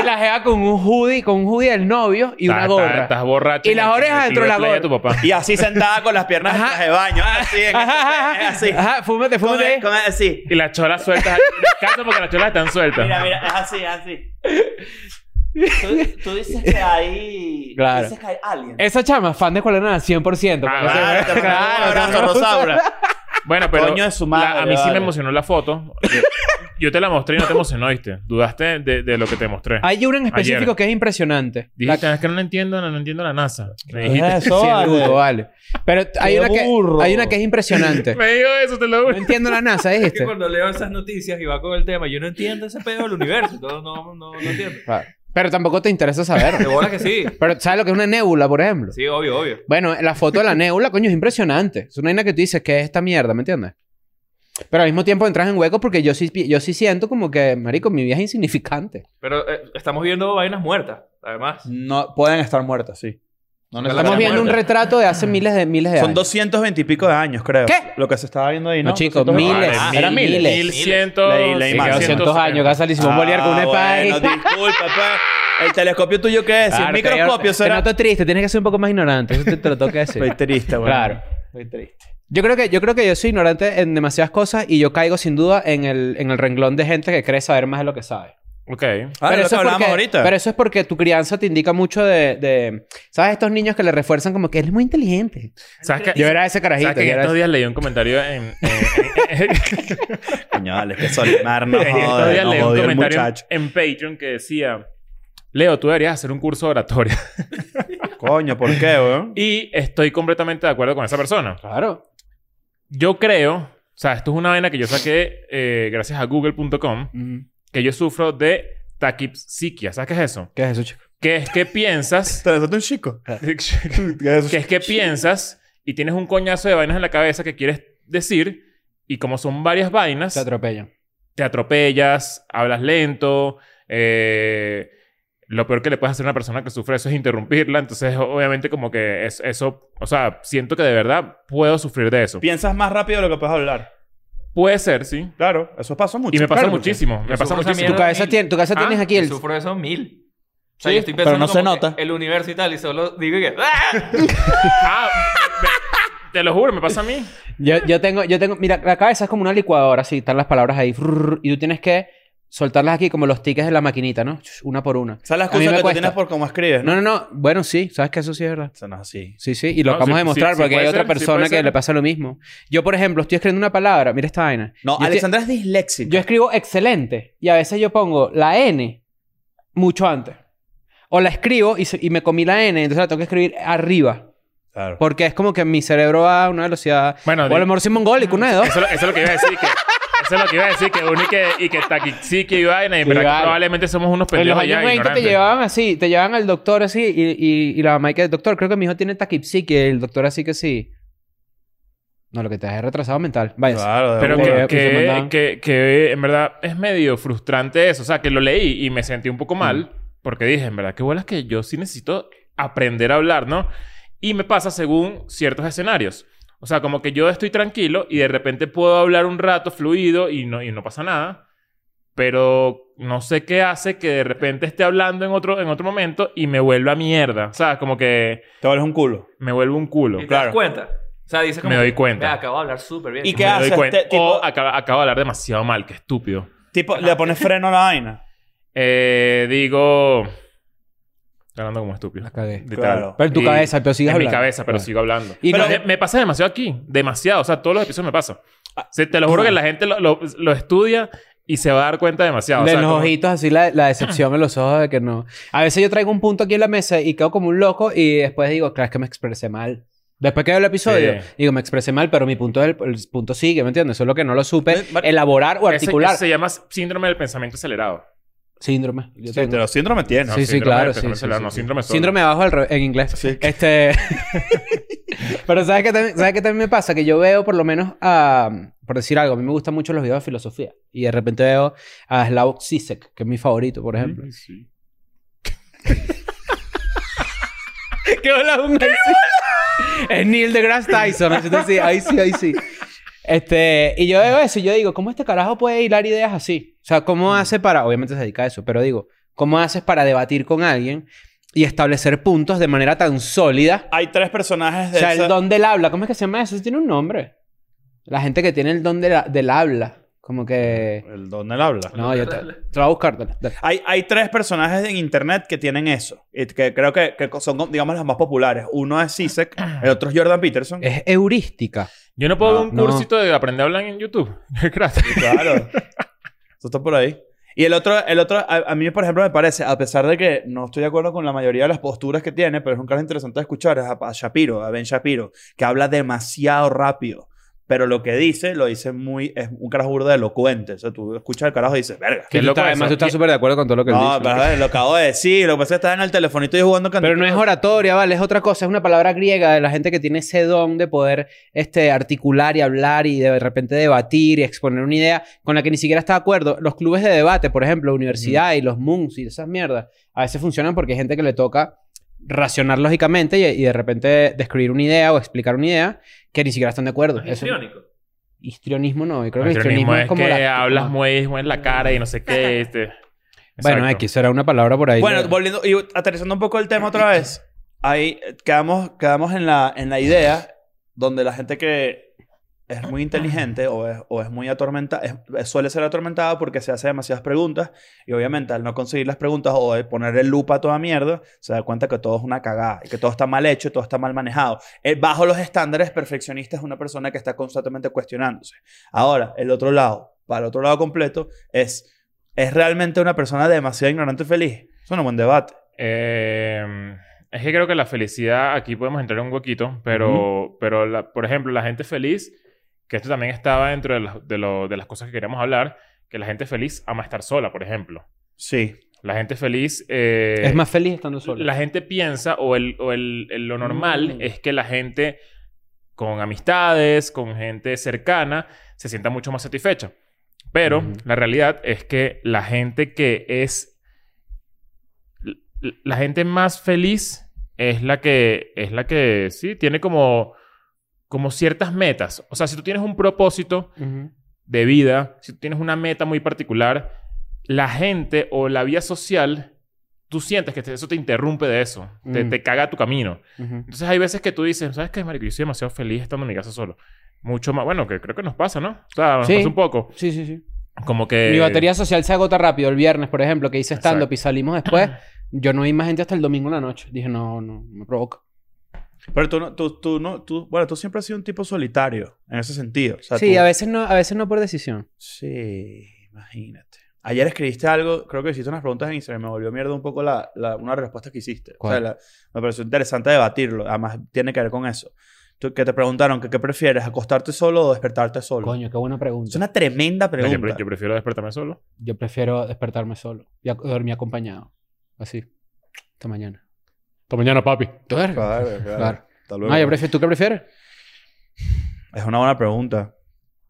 Speaker 1: y la jeva con un hoodie, con un hoodie del novio y una
Speaker 2: Estás-
Speaker 1: gorra.
Speaker 2: Estás, estás borracha.
Speaker 1: Y
Speaker 2: en
Speaker 1: las
Speaker 2: el- en el
Speaker 1: orejas dentro
Speaker 2: club
Speaker 1: de la
Speaker 2: playa de tu
Speaker 1: gorra.
Speaker 2: papá.
Speaker 3: Y así sentada con las piernas en
Speaker 1: Ajá.
Speaker 3: traje de baño. ¿eh? Así, en- este-
Speaker 1: Ajá, ajá,
Speaker 3: así.
Speaker 1: Ajá, fúmate,
Speaker 3: Como-
Speaker 1: fúmate.
Speaker 3: como así.
Speaker 2: Y las cholas sueltas. Descansa porque las cholas están sueltas.
Speaker 3: Mira, mira, es así, es
Speaker 2: *laughs*
Speaker 3: así. Tú, tú dices que hay... tú
Speaker 1: Claro.
Speaker 3: Dices que hay alguien.
Speaker 1: Esa chama, fan de Escuela de Nada, 100%.
Speaker 2: Ah,
Speaker 1: porque
Speaker 2: claro,
Speaker 1: se-
Speaker 3: te mando un abrazo,
Speaker 1: te-
Speaker 3: Rosaura.
Speaker 2: Bueno, pero.
Speaker 3: Coño de su madre,
Speaker 2: la- a mí sí me
Speaker 3: vale.
Speaker 2: emocionó la foto. Yo- Yo te la mostré y no te emocionó, ¿viste? Dudaste de, de lo que te mostré.
Speaker 1: Hay una en específico
Speaker 2: Ayer.
Speaker 1: que es impresionante. La-
Speaker 2: Dijiste, es que no la entiendo, no, no entiendo la NASA. Me
Speaker 3: ¿Qué
Speaker 2: dijiste.
Speaker 3: es eso,
Speaker 1: Sí, el
Speaker 3: vale?
Speaker 1: burro, vale. Pero hay una, que,
Speaker 3: burro.
Speaker 1: hay una que es impresionante.
Speaker 2: *laughs* Me dijo eso, te lo
Speaker 1: No
Speaker 2: juro.
Speaker 1: entiendo la NASA, este?
Speaker 4: Es que
Speaker 1: dijiste.
Speaker 4: cuando leo esas noticias y va con el tema, yo no entiendo ese pedo del universo. Entonces no, no, no entiendo.
Speaker 1: Claro. Pero tampoco te interesa
Speaker 4: De
Speaker 1: saber.
Speaker 4: bola que sí.
Speaker 1: Pero ¿sabes lo que es una nébula, por ejemplo?
Speaker 4: Sí, obvio, obvio.
Speaker 1: Bueno, la foto
Speaker 4: *laughs*
Speaker 1: de la nébula, coño, es impresionante. Es una vaina que tú dices que es esta mierda, ¿me entiendes? Pero al mismo tiempo entras en hueco porque yo sí, pi- yo sí siento como que, marico, mi vida es insignificante.
Speaker 4: Pero eh, estamos viendo vainas muertas, además.
Speaker 3: No, pueden estar muertas, sí. No
Speaker 1: Estamos
Speaker 3: necesariamente.
Speaker 1: viendo un retrato de hace miles de miles de
Speaker 3: Son
Speaker 1: años.
Speaker 3: 220 y pico de años, creo.
Speaker 1: ¿Qué?
Speaker 3: Lo que se estaba viendo ahí,
Speaker 1: No,
Speaker 3: ¿no?
Speaker 1: chicos,
Speaker 3: 220.
Speaker 1: miles,
Speaker 3: Ah,
Speaker 1: mil,
Speaker 3: era miles.
Speaker 1: miles.
Speaker 2: Mil cientos.
Speaker 3: Leí- leí
Speaker 1: Sí,
Speaker 3: más.
Speaker 1: que 200 años, casa Simón
Speaker 3: Ah,
Speaker 1: Bolívar con una *laughs*
Speaker 3: bueno,
Speaker 1: espada.
Speaker 3: disculpa, pa. El telescopio tuyo qué es?
Speaker 1: Claro,
Speaker 3: el
Speaker 1: te-
Speaker 3: microscopio
Speaker 1: Te
Speaker 3: será.
Speaker 1: noto triste, tienes que ser un poco más ignorante. Eso te, te lo tengo que decir.
Speaker 3: Estoy triste, güey. Ah,
Speaker 1: Claro.
Speaker 3: Estoy triste.
Speaker 1: Yo creo que yo creo que yo soy ignorante en demasiadas cosas y yo caigo sin duda en el, en el renglón de gente que cree saber más de lo que sabe.
Speaker 2: Ok.
Speaker 3: Ah, de lo que
Speaker 1: es
Speaker 3: hablábamos
Speaker 1: porque,
Speaker 3: ahorita.
Speaker 1: pero eso es porque tu crianza te indica mucho de, de- ¿Sabes? Estos niños que le refuerzan como que él es muy inteligente.
Speaker 2: ¿Sabes que,
Speaker 1: Yo era ese
Speaker 2: ¿sabes
Speaker 1: carajito.
Speaker 2: que
Speaker 1: yo
Speaker 2: en
Speaker 1: era
Speaker 2: estos
Speaker 1: ese-
Speaker 2: días leí un comentario en... en-
Speaker 1: *laughs*
Speaker 2: en- en-
Speaker 3: Coño, dale, es que Solimar no
Speaker 2: en estos
Speaker 3: jode,
Speaker 2: días
Speaker 3: no
Speaker 2: leí un
Speaker 3: jodió el
Speaker 2: comentario
Speaker 3: muchacho.
Speaker 2: en, en Patreon que decía... Leo, tú deberías hacer un curso de oratoria. *laughs*
Speaker 3: Coño, ¿por qué, weón?
Speaker 2: Y estoy completamente de acuerdo con esa persona.
Speaker 1: Claro.
Speaker 2: Yo creo... O sea, esto es una vaina que yo saqué eh, gracias a google.com. Que yo sufro de taquipsiquia. ¿Sabes qué es eso?
Speaker 1: ¿Qué es eso, chico?
Speaker 2: Que es que piensas...
Speaker 3: *laughs* ¿Te lanzaste un chico?
Speaker 2: que es que piensas y tienes un coñazo de vainas en la cabeza que quieres decir y como son varias vainas,
Speaker 1: Se atropellan.
Speaker 2: te atropellas, hablas lento, eh, lo peor que le puedes hacer a una persona que sufre eso es interrumpirla, entonces obviamente como que es, eso, o sea, siento que de verdad puedo sufrir de eso.
Speaker 3: Piensas más rápido de lo que puedes hablar.
Speaker 2: Puede ser, sí.
Speaker 3: Claro, eso pasa mucho.
Speaker 2: Y me pasa
Speaker 3: Claro,
Speaker 2: muchísimo, me
Speaker 4: Yo
Speaker 2: pasa
Speaker 4: sufro esa
Speaker 2: muchísimo.
Speaker 1: Tu
Speaker 4: mierda.
Speaker 1: cabeza,
Speaker 4: mil.
Speaker 1: tiene- tu casa
Speaker 2: Ah,
Speaker 1: tienes aquí
Speaker 4: Yo
Speaker 1: el...
Speaker 4: sufro eso mil. O sea,
Speaker 1: Sí,
Speaker 4: yo estoy
Speaker 3: pero
Speaker 4: pensando
Speaker 3: no se
Speaker 4: como que
Speaker 3: nota.
Speaker 4: el universo y tal, y solo digo que...
Speaker 2: Ah, me- te lo juro, me pasa a mí.
Speaker 1: Yo, yo tengo, yo tengo, mira, la cabeza es como una licuadora, así están las palabras ahí, frrrr, y tú tienes que soltarlas aquí como los tickets de la maquinita, ¿no? Chush, Una por una.
Speaker 3: O sea, las
Speaker 1: A mí
Speaker 3: cosas
Speaker 1: me
Speaker 3: que tú
Speaker 1: cuesta.
Speaker 3: tienes por cómo escribes, ¿no?
Speaker 1: No, no, no, bueno, sí, sabes que eso sí es verdad.
Speaker 3: Eso no es así.
Speaker 1: Sí, sí, y lo
Speaker 2: No,
Speaker 1: acabamos
Speaker 2: sí,
Speaker 1: de mostrar
Speaker 2: sí, sí
Speaker 1: porque hay
Speaker 2: puede
Speaker 1: otra
Speaker 2: ser, sí
Speaker 1: persona
Speaker 2: puede
Speaker 1: que
Speaker 2: ser.
Speaker 1: le pasa lo mismo. Yo, por ejemplo, estoy escribiendo una palabra, mira esta vaina. yo,
Speaker 3: No,
Speaker 1: estoy-
Speaker 3: Alexandra es disléxica.
Speaker 1: yo escribo excelente y a veces yo pongo la N mucho antes. O la escribo y, se- y me comí la N, entonces la tengo que escribir arriba.
Speaker 3: Claro.
Speaker 1: Porque es como que mi cerebro va a una velocidad.
Speaker 2: Bueno,
Speaker 1: o a lo mejor soy mongólico, una de dos.
Speaker 2: Eso, es lo- eso es lo que iba a decir. Que, eso es lo que iba a decir. Que uno y que, y que taquixique y vaina. Y
Speaker 1: Sí,
Speaker 2: verdad que
Speaker 1: vale.
Speaker 2: probablemente somos unos
Speaker 1: En Pues los
Speaker 2: pendejos
Speaker 1: años
Speaker 2: ya
Speaker 1: 20 te
Speaker 2: ignorantes.
Speaker 1: llevaban así, te llevaban al doctor así y, y, y la mamá y que doctor, creo que mi hijo tiene taquipsique, el doctor así que sí. No, lo que te da es retrasado mental. Vaya.
Speaker 3: Claro, de
Speaker 2: Pero
Speaker 3: una.
Speaker 2: que,
Speaker 1: Porque se
Speaker 2: que,
Speaker 1: mandaban.
Speaker 2: que, que en verdad es medio frustrante eso. O sea, que lo leí y me sentí un poco mal. Porque dije, en verdad, qué bolas que yo sí necesito aprender a hablar, ¿no? Y me pasa según ciertos escenarios. O sea, como que yo estoy tranquilo y de repente puedo hablar un rato fluido y no, y no pasa nada. Pero no sé qué hace que de repente esté hablando en otro, en otro momento y me vuelva mierda. O sea, como que
Speaker 3: Te vuelves un culo.
Speaker 2: me vuelvo un culo.
Speaker 4: ¿Y te
Speaker 3: claro.
Speaker 4: das cuenta? O sea, dices como...
Speaker 2: Me doy
Speaker 4: que,
Speaker 2: cuenta.
Speaker 4: "Ve, acabo de hablar súper bien.
Speaker 3: ¿Y
Speaker 4: Me
Speaker 3: qué
Speaker 2: Me
Speaker 4: doy
Speaker 3: haces?
Speaker 2: doy cuenta.
Speaker 3: Este tipo-
Speaker 2: O acaba- acabo de hablar demasiado mal. Qué estúpido.
Speaker 3: Tipo, le pones freno a la vaina.
Speaker 2: Eh, digo. Estoy hablando como estúpido.
Speaker 1: La cagué.
Speaker 2: Literal.
Speaker 3: Claro.
Speaker 1: Pero en tu
Speaker 2: Y-
Speaker 1: cabeza, pero
Speaker 2: En
Speaker 1: sigues
Speaker 2: mi
Speaker 1: hablando.
Speaker 2: cabeza, pero
Speaker 1: Claro.
Speaker 2: sigo hablando.
Speaker 1: Y
Speaker 3: Pero-
Speaker 1: no-
Speaker 2: Me, me pasa demasiado aquí. Demasiado. O sea, todos los episodios me pasa.
Speaker 1: Ah,
Speaker 2: Se- te lo juro que la gente lo, lo- lo estudia y se va a dar cuenta demasiado. O
Speaker 1: de
Speaker 2: sea,
Speaker 1: los
Speaker 2: como-
Speaker 1: ojitos, así la, la decepción en los ojos de que no. A veces yo traigo un punto aquí en la mesa y quedo como un loco y después digo, claro, es que me expresé mal. Después que veo el episodio,
Speaker 2: Sí.
Speaker 1: digo, me expresé mal, pero mi punto es el, el punto sigue, ¿me entiendes? Solo que no lo supe
Speaker 3: Eh, Mar-
Speaker 1: elaborar o
Speaker 2: Ese-
Speaker 1: articular.
Speaker 2: ese se llama síndrome del pensamiento acelerado.
Speaker 1: Síndrome. Yo
Speaker 3: Sí,
Speaker 1: tengo.
Speaker 3: te los síndromes tienes.
Speaker 2: No,
Speaker 1: sí, sí,
Speaker 2: síndrome
Speaker 1: claro.
Speaker 2: del
Speaker 1: Sí,
Speaker 2: pensamiento
Speaker 1: sí,
Speaker 2: celular,
Speaker 1: sí,
Speaker 2: no,
Speaker 1: sí.
Speaker 2: síndrome solo.
Speaker 1: Síndrome abajo al re- en inglés.
Speaker 3: Sí.
Speaker 1: Este... *laughs* Pero ¿sabes qué, también, ¿sabes qué también me pasa? Que yo veo por lo menos a... Por decir algo, a mí me gustan mucho los videos de filosofía. Y de repente veo a Slavoj Zizek, que es mi favorito, por ejemplo. *laughs* ¡Qué hola, un ahí sí. Es Neil deGrasse Tyson. así te decía, ahí sí, ahí sí. Este, y yo veo eso y yo digo, ¿cómo este carajo puede hilar ideas así? O sea, ¿cómo hace para...? Obviamente se dedica a eso, pero digo, ¿cómo haces para debatir con alguien y establecer puntos de manera tan sólida?
Speaker 3: Hay tres personajes de
Speaker 1: O sea,
Speaker 3: esa-
Speaker 1: el don del habla. ¿Cómo es que se llama eso? Eso tiene un nombre. La gente que tiene el don de la- del habla. Como que...
Speaker 3: El don del habla.
Speaker 1: No, yo te, te voy a buscar. dale, dale.
Speaker 3: Hay, hay tres personajes en internet que tienen eso. y que creo que, que son, digamos, los más populares. Uno es Sisek, el otro es Jordan Peterson.
Speaker 1: Es heurística.
Speaker 2: Yo no puedo
Speaker 3: No,
Speaker 2: ver un
Speaker 1: no.
Speaker 2: cursito de aprender a hablar en YouTube. *laughs* Gracias.
Speaker 3: Claro. Eso está por ahí. Y el otro, el otro a, a mí, por ejemplo, me parece, a pesar de que no estoy de acuerdo con la mayoría de las posturas que tiene, pero es un caso interesante de escuchar, es a, a Shapiro, a Ben Shapiro, que habla demasiado rápido. Pero lo que dice, lo dice muy, es un carajo burda elocuente. O sea, tú escuchas el carajo y dices, verga.
Speaker 2: Qué
Speaker 1: Y tú
Speaker 2: loco
Speaker 1: estás-
Speaker 2: eso.
Speaker 1: además, tú estás
Speaker 2: Y-
Speaker 1: súper de acuerdo con todo lo que él
Speaker 3: No,
Speaker 1: dice.
Speaker 3: pero a ver, lo acabo de decir. Lo que pasa es que estaba en el telefonito y yo jugando Candy
Speaker 1: Pero no es oratoria, ¿vale? Es otra cosa. Es una palabra griega de la gente que tiene ese don de poder este, articular y hablar y de repente debatir y exponer una idea con la que ni siquiera está de acuerdo. Los clubes de debate, por ejemplo, universidad y los MUNS y esas mierdas, a veces funcionan porque hay gente que le toca racionar lógicamente y, y de repente describir una idea o explicar una idea que ni siquiera están de acuerdo.
Speaker 4: Es
Speaker 1: Eso-
Speaker 4: histriónico.
Speaker 1: histrionismo no. Yo creo que
Speaker 2: El
Speaker 1: histrionismo
Speaker 2: es,
Speaker 1: es como
Speaker 2: que
Speaker 1: la- Ah, *laughs*
Speaker 2: hablas
Speaker 1: como-
Speaker 2: muy muy en la cara y no sé qué. Este.
Speaker 1: Bueno,
Speaker 2: Exacto.
Speaker 1: X, será una palabra por ahí.
Speaker 3: Bueno,
Speaker 1: ¿no?
Speaker 3: volviendo y aterrizando un poco el tema otra vez, ahí eh, quedamos, quedamos en, la, en la idea donde la gente que es muy inteligente o es, o es muy atormentada, suele ser atormentada porque se hace demasiadas preguntas y obviamente al no conseguir las preguntas o de poner el lupa a toda mierda, se da cuenta que todo es una cagada y que todo está mal hecho y todo está mal manejado. Eh, bajo los estándares, perfeccionista es una persona que está constantemente cuestionándose. Ahora, el otro lado, para el otro lado completo, es, ¿es realmente una persona demasiado ignorante y feliz? Es un buen debate.
Speaker 2: Eh, es que creo que la felicidad, aquí podemos entrar en un huequito, pero, pero la- por ejemplo, la gente feliz, que esto también estaba dentro de, las- de lo- de las cosas que queríamos hablar, que la gente feliz ama estar sola, por ejemplo.
Speaker 3: Sí.
Speaker 2: La gente feliz... eh,
Speaker 1: es más feliz estando solo.
Speaker 2: La gente piensa, o, el, o el- el- lo normal
Speaker 1: Mm.
Speaker 2: es que la gente con amistades, con gente cercana, se sienta mucho más satisfecha. Pero
Speaker 1: Ujú.
Speaker 2: la realidad es que la gente que es. l- l- La gente más feliz es la que. Es la que, sí, tiene como. Como ciertas metas. O sea, si tú tienes un propósito
Speaker 1: Ujú.
Speaker 2: de vida, si tú tienes una meta muy particular, la gente o la vía social, tú sientes que te- eso te interrumpe de eso, te,
Speaker 1: Mm.
Speaker 2: te caga tu camino.
Speaker 1: Ujú.
Speaker 2: Entonces hay veces que tú dices, ¿sabes qué, marico? Yo soy demasiado feliz estando en mi casa solo. Mucho más, bueno, que creo que nos pasa, ¿no? O sea, nos
Speaker 1: Sí.
Speaker 2: pasa un poco.
Speaker 1: Sí, sí, sí.
Speaker 2: Como que...
Speaker 1: Mi batería social se agota rápido. El viernes, por ejemplo, que hice stand-up
Speaker 2: Exacto.
Speaker 1: y salimos *clears throat* después, yo no vi más gente hasta el domingo en la noche. Dije, no, no, me provoca.
Speaker 3: Pero tú, no, tú, tú, no, tú, bueno, tú siempre has sido un tipo solitario en ese sentido. O sea,
Speaker 1: sí,
Speaker 3: tú-
Speaker 1: a veces no, a veces no por decisión.
Speaker 3: Sí, imagínate. Ayer escribiste algo, creo que hiciste unas preguntas en Instagram, me volvió mierda un poco la, la- una respuesta que hiciste. O sea,
Speaker 1: ¿Cuál?
Speaker 3: la- me pareció interesante debatirlo, además tiene que ver con eso. Tú- que te preguntaron que qué prefieres, acostarte solo o despertarte solo.
Speaker 1: Coño, qué buena
Speaker 3: Es
Speaker 1: pregunta.
Speaker 3: una tremenda
Speaker 2: No, yo,
Speaker 3: pregunta.
Speaker 2: pre- yo prefiero despertarme solo.
Speaker 1: Yo prefiero despertarme solo y ac- dormir acompañado. Así. Hasta mañana. Hasta mañana, papi. ¿Tú eres?
Speaker 3: Claro, claro.
Speaker 1: Claro.
Speaker 3: Hasta luego.
Speaker 1: No, yo prefiero. ¿Tú qué prefieres?
Speaker 3: Es una buena pregunta.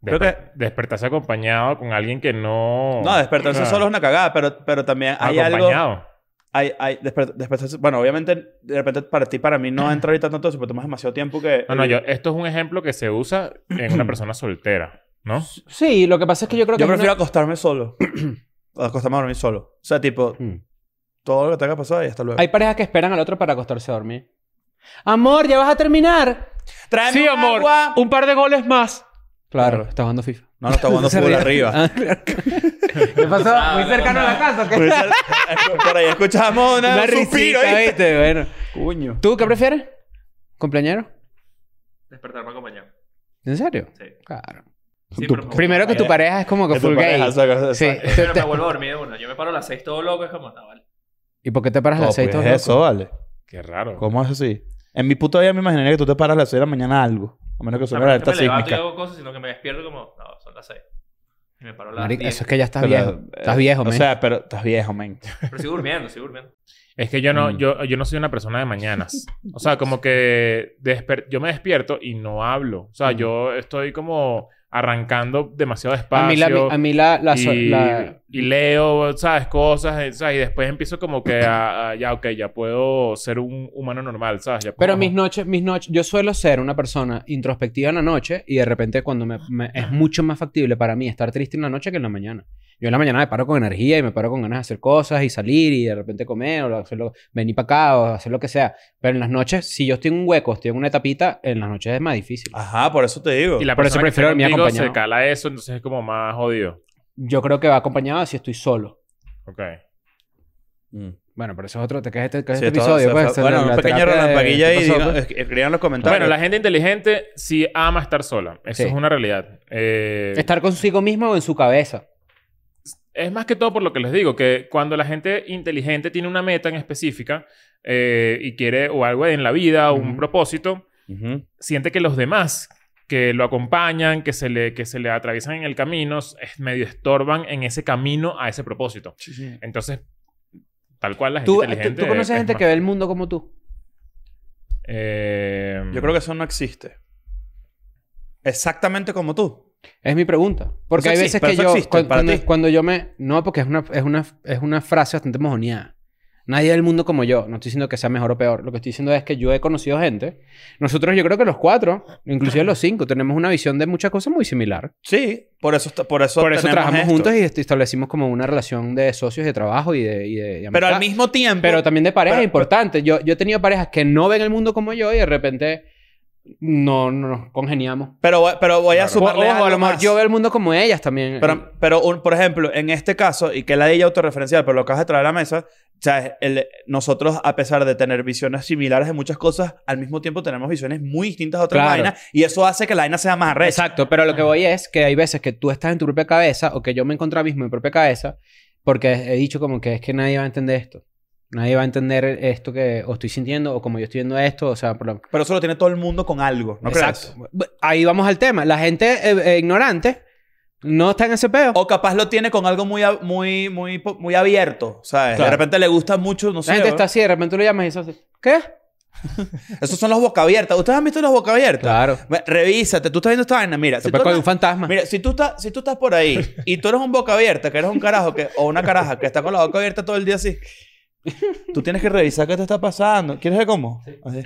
Speaker 3: Creo
Speaker 2: Desper- Despertarse acompañado con alguien que no...
Speaker 1: Oh.
Speaker 3: No, despertarse
Speaker 2: Ah,
Speaker 3: solo es una cagada, pero, pero también hay algo...
Speaker 2: acompañado.
Speaker 3: Hay, hay, desper- despertarse- bueno, obviamente, de repente para ti, para mí no entra ahorita tanto eso, pero tomas demasiado tiempo que...
Speaker 2: No, no, yo, esto es un ejemplo que se usa en
Speaker 3: *clears throat*
Speaker 2: una persona soltera, ¿no?
Speaker 1: Sí, lo que pasa es que yo creo que.
Speaker 3: Yo
Speaker 1: es una-
Speaker 3: prefiero acostarme solo. *clears throat* acostarme a dormir solo. O sea, tipo,
Speaker 1: Mm.
Speaker 3: todo lo que te haya pasado y hasta luego.
Speaker 1: Hay parejas que esperan al otro para acostarse a dormir. Amor, ¿ya vas a terminar?
Speaker 3: ¡Tráeme
Speaker 1: sí,
Speaker 3: un
Speaker 1: amor.
Speaker 3: agua!
Speaker 1: Un par de goles más. Claro,
Speaker 3: Claro.
Speaker 1: está jugando FIFA.
Speaker 3: No, no
Speaker 1: *laughs*
Speaker 3: está jugando
Speaker 1: Se
Speaker 3: fútbol
Speaker 1: ríe.
Speaker 3: arriba. *laughs* Ah,
Speaker 1: Ah, claro. *laughs* ¿Qué pasó? Muy cercano a la casa. ¿qué?
Speaker 3: Por eso- Por ahí escuchamos pues,
Speaker 1: *laughs*
Speaker 3: una,
Speaker 1: Una
Speaker 3: un suspiro.
Speaker 1: risita,
Speaker 3: ¿viste?
Speaker 1: ¿viste? Bueno.
Speaker 3: Coño.
Speaker 1: ¿Tú qué prefieres? ¿Compañero?
Speaker 4: Despertarme acompañado.
Speaker 1: ¿En serio?
Speaker 4: Sí.
Speaker 1: Claro.
Speaker 4: Sí,
Speaker 1: Tu-
Speaker 4: pero-
Speaker 1: primero que tu pareja es como que
Speaker 3: Que tu
Speaker 1: full gay.
Speaker 3: pareja saca-
Speaker 1: Sí.
Speaker 3: saca-
Speaker 4: Pero me vuelvo a dormir de una. Yo me paro a las 6 todo loco. Es como, no, vale.
Speaker 1: ¿Y por qué te paras a
Speaker 3: No,
Speaker 1: las seis
Speaker 3: pues
Speaker 1: todo loco?
Speaker 3: eso, vale.
Speaker 2: Qué raro.
Speaker 3: ¿Cómo es así? En mi puta vida me imaginaría que tú te paras a las 6 de la mañana a algo. A menos que
Speaker 4: No,
Speaker 3: suene la
Speaker 4: no es
Speaker 3: alerta
Speaker 4: que me levanto y
Speaker 3: sísmica.
Speaker 4: hago cosas, sino que me despierto como, no, son las 6. Y me paro a las
Speaker 1: Marico,
Speaker 4: 10.
Speaker 1: eso es que ya estás
Speaker 3: Pero,
Speaker 1: viejo.
Speaker 3: eh,
Speaker 1: Estás viejo,
Speaker 3: O
Speaker 1: men.
Speaker 3: sea, pero estás viejo, men.
Speaker 4: Pero sigo durmiendo, sigo durmiendo.
Speaker 2: Es que yo no,
Speaker 3: Mm.
Speaker 2: yo, yo no soy una persona de mañanas. O sea, como que desper- yo me despierto y no hablo. O sea,
Speaker 1: Mm.
Speaker 2: yo estoy como arrancando demasiado despacio.
Speaker 1: a mí la... A mí la, la, so-
Speaker 2: y,
Speaker 1: la-
Speaker 2: y leo, ¿sabes? Cosas, eh, ¿sabes? Y después empiezo como que a, a- ya, ok, ya puedo ser un humano normal, ¿sabes? Ya puedo-
Speaker 1: Pero mis noches, mis noches, yo suelo ser una persona introspectiva en la noche y de repente cuando me, me- es mucho más factible para mí estar triste en la noche que en la mañana. Yo en la mañana me paro con energía y me paro con ganas de hacer cosas y salir y de repente comer o hacerlo, venir para acá o hacer lo que sea. Pero en las noches, si yo estoy en un hueco, estoy en una etapita, en las noches es más difícil.
Speaker 3: Ajá, por eso te digo.
Speaker 2: Y la
Speaker 1: por eso
Speaker 2: persona que
Speaker 1: prefiero
Speaker 2: está
Speaker 1: dormir
Speaker 2: contigo
Speaker 1: acompañado.
Speaker 2: se cala eso, entonces es como más jodido.
Speaker 1: Yo creo que va acompañado si estoy solo.
Speaker 2: Ok.
Speaker 3: Mm.
Speaker 1: Bueno, pero eso es otro, te quedas este, que es
Speaker 3: Sí,
Speaker 1: este
Speaker 3: todo-
Speaker 1: episodio.
Speaker 3: se
Speaker 1: pues,
Speaker 3: fue-
Speaker 1: se-
Speaker 3: bueno,
Speaker 1: la
Speaker 3: una pequeña
Speaker 1: terapia de-
Speaker 3: relampaguilla
Speaker 1: ¿qué
Speaker 3: y este,
Speaker 1: pasó,
Speaker 3: digan-
Speaker 1: pues?
Speaker 3: es- escriban en los comentarios.
Speaker 2: Bueno, la gente inteligente sí ama estar sola. Eso
Speaker 1: eh, Sí.
Speaker 2: es una realidad. Eh,
Speaker 1: Estar consigo mismo o en su cabeza.
Speaker 2: Es más que todo por lo que les digo, que cuando la gente inteligente tiene una meta en específica eh, y quiere o algo en la vida o un
Speaker 1: Ujú.
Speaker 2: propósito,
Speaker 3: Ujú.
Speaker 2: siente que los demás que lo acompañan, que se le, que se le atraviesan en el camino, es medio estorban en ese camino a ese propósito. Entonces, tal cual la gente
Speaker 1: ¿Tú,
Speaker 2: inteligente...
Speaker 1: tú- tú conoces
Speaker 2: es
Speaker 1: gente
Speaker 2: más-
Speaker 1: que ve el mundo como tú?
Speaker 2: eh,
Speaker 3: Yo creo que eso no existe. Exactamente como tú.
Speaker 1: Es mi pregunta. Porque
Speaker 3: Eso
Speaker 1: hay veces
Speaker 3: existe, pero
Speaker 1: que
Speaker 3: eso
Speaker 1: yo.
Speaker 3: existe
Speaker 1: cuan-
Speaker 3: para
Speaker 1: cuando,
Speaker 3: ti.
Speaker 1: cuando yo me. No, porque es una, es una, es una frase bastante mojoneada. Nadie del mundo como yo. No estoy diciendo que sea mejor o peor. Lo que estoy diciendo es que yo he conocido gente. Nosotros, yo creo que los cuatro, inclusive los cinco, tenemos una visión de muchas cosas muy similar.
Speaker 3: Sí, por eso, está- por eso,
Speaker 1: Por eso
Speaker 3: tenemos
Speaker 1: trabajamos
Speaker 3: esto.
Speaker 1: juntos y est- establecimos como una relación de socios, de trabajo y de. y de- y
Speaker 3: Pero al
Speaker 1: amistad.
Speaker 3: mismo tiempo.
Speaker 1: Pero también de pareja
Speaker 3: Pero-
Speaker 1: es importante. Yo, yo he tenido parejas que no ven el mundo como yo y de repente no, no nos congeniamos.
Speaker 3: Pero, voy- pero voy a
Speaker 2: Claro.
Speaker 1: O,
Speaker 3: sumarle
Speaker 1: ojo, a
Speaker 3: algo
Speaker 1: lo mejor
Speaker 3: más.
Speaker 1: yo veo el mundo como ellas también.
Speaker 3: Pero, pero un- por ejemplo, en este caso, y que la de ella autorreferencial, pero lo acabas de traer a la mesa, ¿sabes? El- nosotros, a pesar de tener visiones similares de muchas cosas, al mismo tiempo tenemos visiones muy distintas de otras
Speaker 1: Claro.
Speaker 3: vainas, y eso hace que la vaina sea más arrecha.
Speaker 1: Exacto, pero lo que voy es que hay veces que tú estás en tu propia cabeza o que yo me encontraba mismo en mi propia cabeza porque he dicho como que es que nadie va a entender esto. Nadie va a entender esto que o estoy sintiendo o como yo estoy viendo esto, o sea, por lo-
Speaker 3: Pero eso lo tiene todo el mundo con algo, ¿no crees?
Speaker 1: Exacto. Bu- Ahí vamos al tema. La gente eh, eh, ignorante no está en ese peo.
Speaker 3: O capaz lo tiene con algo muy, a- muy, muy, po- muy abierto, ¿sabes?
Speaker 1: Claro.
Speaker 3: De repente le gusta mucho, no sé.
Speaker 1: la gente
Speaker 3: ¿verdad?
Speaker 1: está así, de repente tú lo llamas y dices así, ¿qué?
Speaker 3: Esos son los boca abiertas. ¿Ustedes han visto los boca abiertas?
Speaker 1: Claro.
Speaker 3: Ve, Revísate, tú estás viendo esta vaina, mira.
Speaker 1: Se
Speaker 3: si
Speaker 1: pecó
Speaker 3: tú
Speaker 1: de
Speaker 3: andas-
Speaker 1: un fantasma.
Speaker 3: *laughs* Mira, si tú, estás, si tú estás por ahí y tú eres un boca abierta, que eres un carajo que, o una caraja que está con la boca abierta todo el día así, tú tienes que revisar qué te está pasando. ¿quieres ver cómo? Así.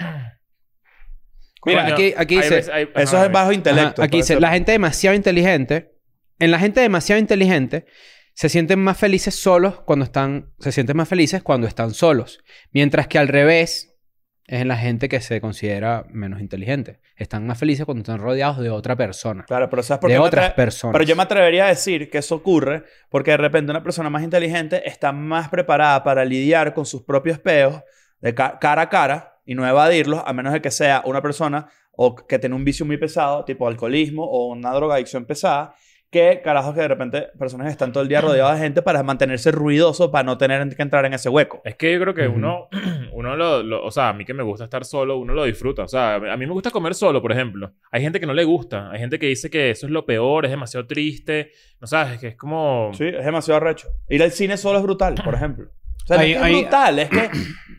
Speaker 1: Mira,
Speaker 2: Coño,
Speaker 1: aquí- aquí
Speaker 2: hay
Speaker 1: dice-
Speaker 2: veces- hay-
Speaker 3: Eso
Speaker 2: ajá,
Speaker 3: es bajo intelecto.
Speaker 1: Ajá, aquí dice,
Speaker 3: parece.
Speaker 1: la gente demasiado inteligente, en la gente demasiado inteligente, se sienten más felices solos cuando están, se sienten más felices cuando están solos. Mientras que al revés, es en la gente que se considera menos inteligente. Están más felices cuando están rodeados de otra persona.
Speaker 3: Claro, pero ¿sabes por
Speaker 1: De
Speaker 3: qué me
Speaker 1: otras
Speaker 3: atra-
Speaker 1: personas.
Speaker 3: Pero yo me atrevería a decir que eso ocurre porque de repente una persona más inteligente está más preparada para lidiar con sus propios peos de ca- cara a cara y no evadirlos, a menos de que sea una persona o que tiene un vicio muy pesado, tipo alcoholismo o una drogadicción pesada, que carajos que de repente personas que están todo el día rodeadas de gente para mantenerse ruidoso, para no tener que entrar en ese hueco.
Speaker 2: Es que yo creo que
Speaker 1: Ujú.
Speaker 2: uno, *clears throat* uno lo, lo- o sea, a mí que me gusta estar solo, uno lo disfruta. O sea, a mí me gusta comer solo, por ejemplo. Hay gente que no le gusta. Hay gente que dice que eso es lo peor, es demasiado triste. No sabes, es que es como...
Speaker 3: Sí, es demasiado arrecho. Ir al cine solo es brutal, por ejemplo. O sea, no
Speaker 1: Ahí-
Speaker 3: es, que es
Speaker 1: ahí-
Speaker 3: brutal, es que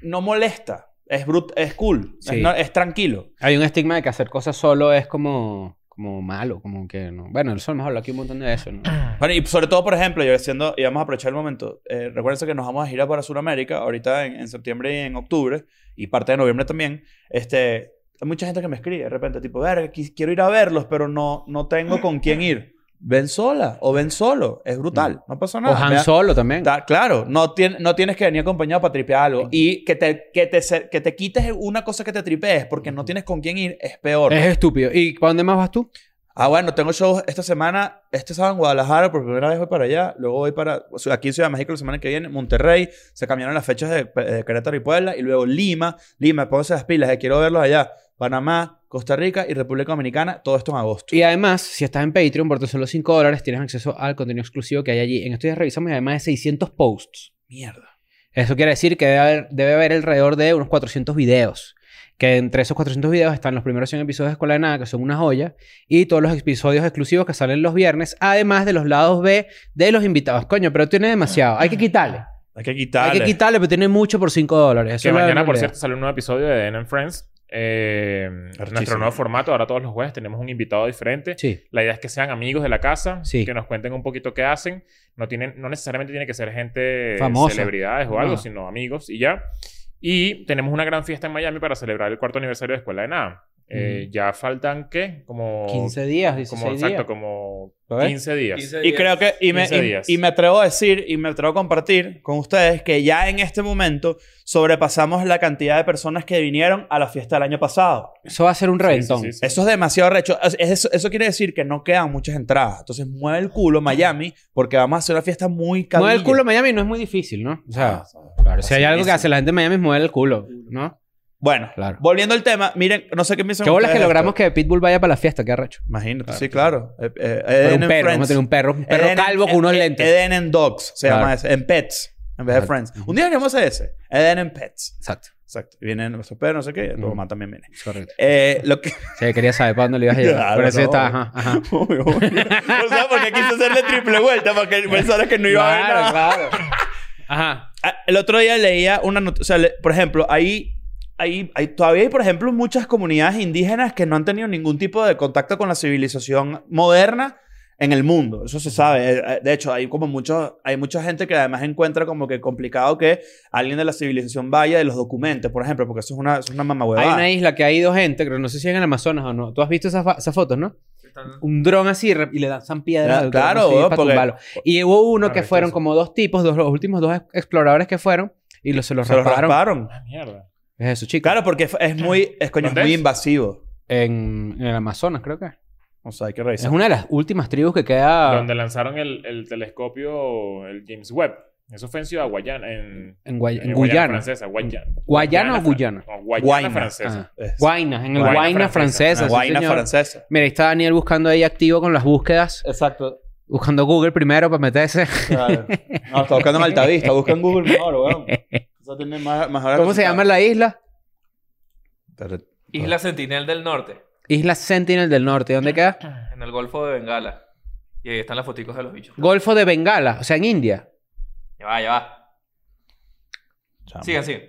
Speaker 3: no molesta. Es, brut es cool, es
Speaker 1: Sí.
Speaker 3: no- es tranquilo.
Speaker 1: Hay un estigma de que hacer cosas solo es como, como malo, como que no. Bueno, nosotros hemos hablado aquí un montón de eso, ¿no?
Speaker 3: Bueno, y sobre todo, por ejemplo, yo haciendo, y vamos a aprovechar el momento, eh, recuérdense que nos vamos a girar para Sudamérica, ahorita en, en septiembre y en octubre, y parte de noviembre también, este, hay mucha gente que me escribe de repente, tipo, verga, qui- quiero ir a verlos, pero no, no tengo con quién ir. Ven sola o ven solo, es brutal, no pasa
Speaker 1: Mm. O
Speaker 3: nada.
Speaker 1: Han
Speaker 3: Vea-
Speaker 1: Solo también.
Speaker 3: Ta- claro, no, tien- no tienes que venir acompañado para tripear algo. Y que te, que, te, se- que te quites una cosa que te tripees porque no tienes con quién ir es peor.
Speaker 1: Es estúpido. ¿Y para dónde más vas tú?
Speaker 3: Ah, bueno, tengo shows esta semana, este sábado en Guadalajara, por primera vez voy para allá, luego voy para aquí en Ciudad de México la semana que viene, Monterrey, se cambiaron las fechas de, de Querétaro y Puebla, y luego Lima, Lima, pónganse las pilas, eh, quiero verlos allá, Panamá, Costa Rica y República Dominicana, todo esto en agosto.
Speaker 1: Y además, si estás en Patreon, por tan solo 5 dólares tienes acceso al contenido exclusivo que hay allí. En estos días revisamos y además de 600 posts.
Speaker 3: Mierda.
Speaker 1: Eso quiere decir que debe haber, debe haber alrededor de unos 400 videos. Que entre esos 400 videos están los primeros 100 episodios de Escuela de Nada, que son una joya, y todos los episodios exclusivos que salen los viernes, además de los lados B de los invitados. Coño, pero tiene demasiado. Hay que quitarle.
Speaker 3: Hay que quitarle.
Speaker 1: Hay que quitarle, pero tiene mucho por 5 dólares. Eso
Speaker 2: que
Speaker 1: es la
Speaker 2: mañana, por
Speaker 1: realidad.
Speaker 2: cierto, sale un nuevo episodio de N Friends. Eh, nuestro nuevo formato. Ahora todos los jueves tenemos un invitado diferente.
Speaker 1: Sí.
Speaker 2: La idea es que sean amigos de la casa,
Speaker 1: Sí.
Speaker 2: que nos cuenten un poquito qué hacen. No, tienen, no necesariamente tiene que ser gente
Speaker 1: Famosa.
Speaker 2: celebridades o algo,
Speaker 1: No.
Speaker 2: sino amigos y ya. Y tenemos una gran fiesta en Miami para celebrar el cuarto aniversario de Escuela de Nada. Eh, Ya faltan, ¿qué? Como...
Speaker 1: 15 días, 16
Speaker 2: como,
Speaker 1: Mm. días.
Speaker 2: Exacto, como
Speaker 1: A ver.
Speaker 2: 15 días.
Speaker 4: 15
Speaker 3: Y creo que, y me,
Speaker 2: 15
Speaker 3: y-
Speaker 2: días.
Speaker 3: y me atrevo a decir, y me atrevo a compartir con ustedes que ya en este momento sobrepasamos la cantidad de personas que vinieron a la fiesta del año pasado.
Speaker 1: Eso va a ser un
Speaker 2: Sí, sí,
Speaker 1: reventón.
Speaker 2: sí, sí.
Speaker 3: Eso es demasiado recho. Es- es- Eso, eso quiere decir que no quedan muchas entradas. Entonces mueve el culo Miami porque vamos a hacer una fiesta muy cabilla.
Speaker 1: Mover el culo en Miami no es muy difícil, ¿no? O sea, claro, si hay algo que hace la gente en Miami es mover el culo, ¿no?
Speaker 3: Bueno,
Speaker 1: Claro.
Speaker 3: volviendo al tema, miren, no sé qué piensan
Speaker 1: Qué bolas
Speaker 3: ustedes
Speaker 1: que
Speaker 3: de
Speaker 1: logramos
Speaker 3: esto.
Speaker 1: que Pitbull vaya para la fiesta, qué arrecho.
Speaker 3: Imagínate, sí, claro. Eh, eh,
Speaker 1: Pero
Speaker 3: Eden
Speaker 1: un perro,
Speaker 3: and
Speaker 1: vamos a
Speaker 3: Friends.
Speaker 1: tener un perro, un perro
Speaker 3: Eden and-
Speaker 1: calvo con unos
Speaker 3: eh,
Speaker 1: lentes.
Speaker 3: Eden and Dogs se
Speaker 1: Claro.
Speaker 3: llama ese. En Pets, en vez de
Speaker 1: Claro.
Speaker 3: Friends.
Speaker 1: Ujú.
Speaker 3: Un día deberíamos hacer ese. Eden and Pets.
Speaker 1: Exacto,
Speaker 3: Exacto. Vienen nuestros perros, no sé qué. Tu
Speaker 1: Ujú.
Speaker 3: mamá también viene.
Speaker 1: es correcto.
Speaker 3: Eh, lo que...
Speaker 1: Sí, quería saber para dónde le ibas a llevar.
Speaker 3: Claro,
Speaker 1: Por eso
Speaker 3: no.
Speaker 1: está, ajá, ajá.
Speaker 3: *laughs* Uy, uy. o sea, porque quise hacerle triple vuelta para que pensara que no iba a haber nada.
Speaker 1: Claro, claro.
Speaker 3: *laughs*
Speaker 1: Ajá.
Speaker 3: Ah, El otro día leía una noticia, o sea, le- por ejemplo, ahí, ahí, ahí- todavía hay, por ejemplo, muchas comunidades indígenas que no han tenido ningún tipo de contacto con la civilización moderna en el mundo. Eso se sabe. Eh, eh, De hecho, hay como mucho, hay mucha gente que además encuentra como que complicado que alguien de la civilización vaya de los documentos, por ejemplo, porque eso es una, eso es una mamahuevada.
Speaker 1: Hay una isla que ha ido gente, creo, no sé si es en el Amazonas o no. Tú has visto esas, fa- esas fotos, ¿no? Un dron así re- y le lanzan piedras.
Speaker 3: Ya,
Speaker 1: al
Speaker 3: claro,
Speaker 1: dron así
Speaker 3: weón,
Speaker 1: pa'
Speaker 3: porque-
Speaker 1: tumbarlo. Y hubo uno
Speaker 2: Ah,
Speaker 1: que
Speaker 2: visto
Speaker 1: fueron
Speaker 2: eso.
Speaker 1: como dos tipos, dos, los últimos dos ex- exploradores que fueron y los, se los
Speaker 3: Se los
Speaker 1: rasparon.
Speaker 3: rasparon.
Speaker 2: Ah, mierda.
Speaker 1: Es eso, chicos.
Speaker 3: Claro, porque es, es muy, es, coño, es
Speaker 2: ¿Dónde
Speaker 3: muy
Speaker 2: es?
Speaker 3: invasivo.
Speaker 1: en, en el Amazonas, creo que.
Speaker 3: O sea, hay que
Speaker 1: Es
Speaker 3: revisar.
Speaker 1: una de las últimas tribus que queda
Speaker 2: Donde lanzaron el, el telescopio, el James Webb. Eso fue en Ciudad Guayana, en,
Speaker 1: en, Guay- en
Speaker 2: en
Speaker 1: Guyana.
Speaker 2: Francesa, Guaya-
Speaker 1: ¿Guayana o
Speaker 2: Fran-
Speaker 1: Guyana?
Speaker 2: o Guayana
Speaker 3: Guayna.
Speaker 2: francesa.
Speaker 3: Es
Speaker 1: Guayna, Ah. en el
Speaker 2: Guayna
Speaker 1: Guayna,
Speaker 2: francesa.
Speaker 1: francesa.
Speaker 3: una
Speaker 1: sí,
Speaker 3: Ah, guayna
Speaker 1: señor.
Speaker 3: francesa.
Speaker 1: Mira, ahí está Daniel buscando ahí activo con las búsquedas. eh,
Speaker 3: Exacto.
Speaker 1: Buscando Google primero para meterse.
Speaker 3: Claro. No, está buscando en Altavista. Busca en Google mejor, weón. Eso tiene más, más
Speaker 1: ¿Cómo se llama la isla?
Speaker 3: Pero-
Speaker 4: Isla Sentinel del Norte,
Speaker 1: Isla Sentinel del Norte. ¿Dónde queda?
Speaker 4: en el Golfo de Bengala. Y ahí están las foticos de los bichos.
Speaker 1: Golfo de Bengala, o sea, en India.
Speaker 4: Ya va, ya va.
Speaker 3: Chamo.
Speaker 4: Sigan, sigan.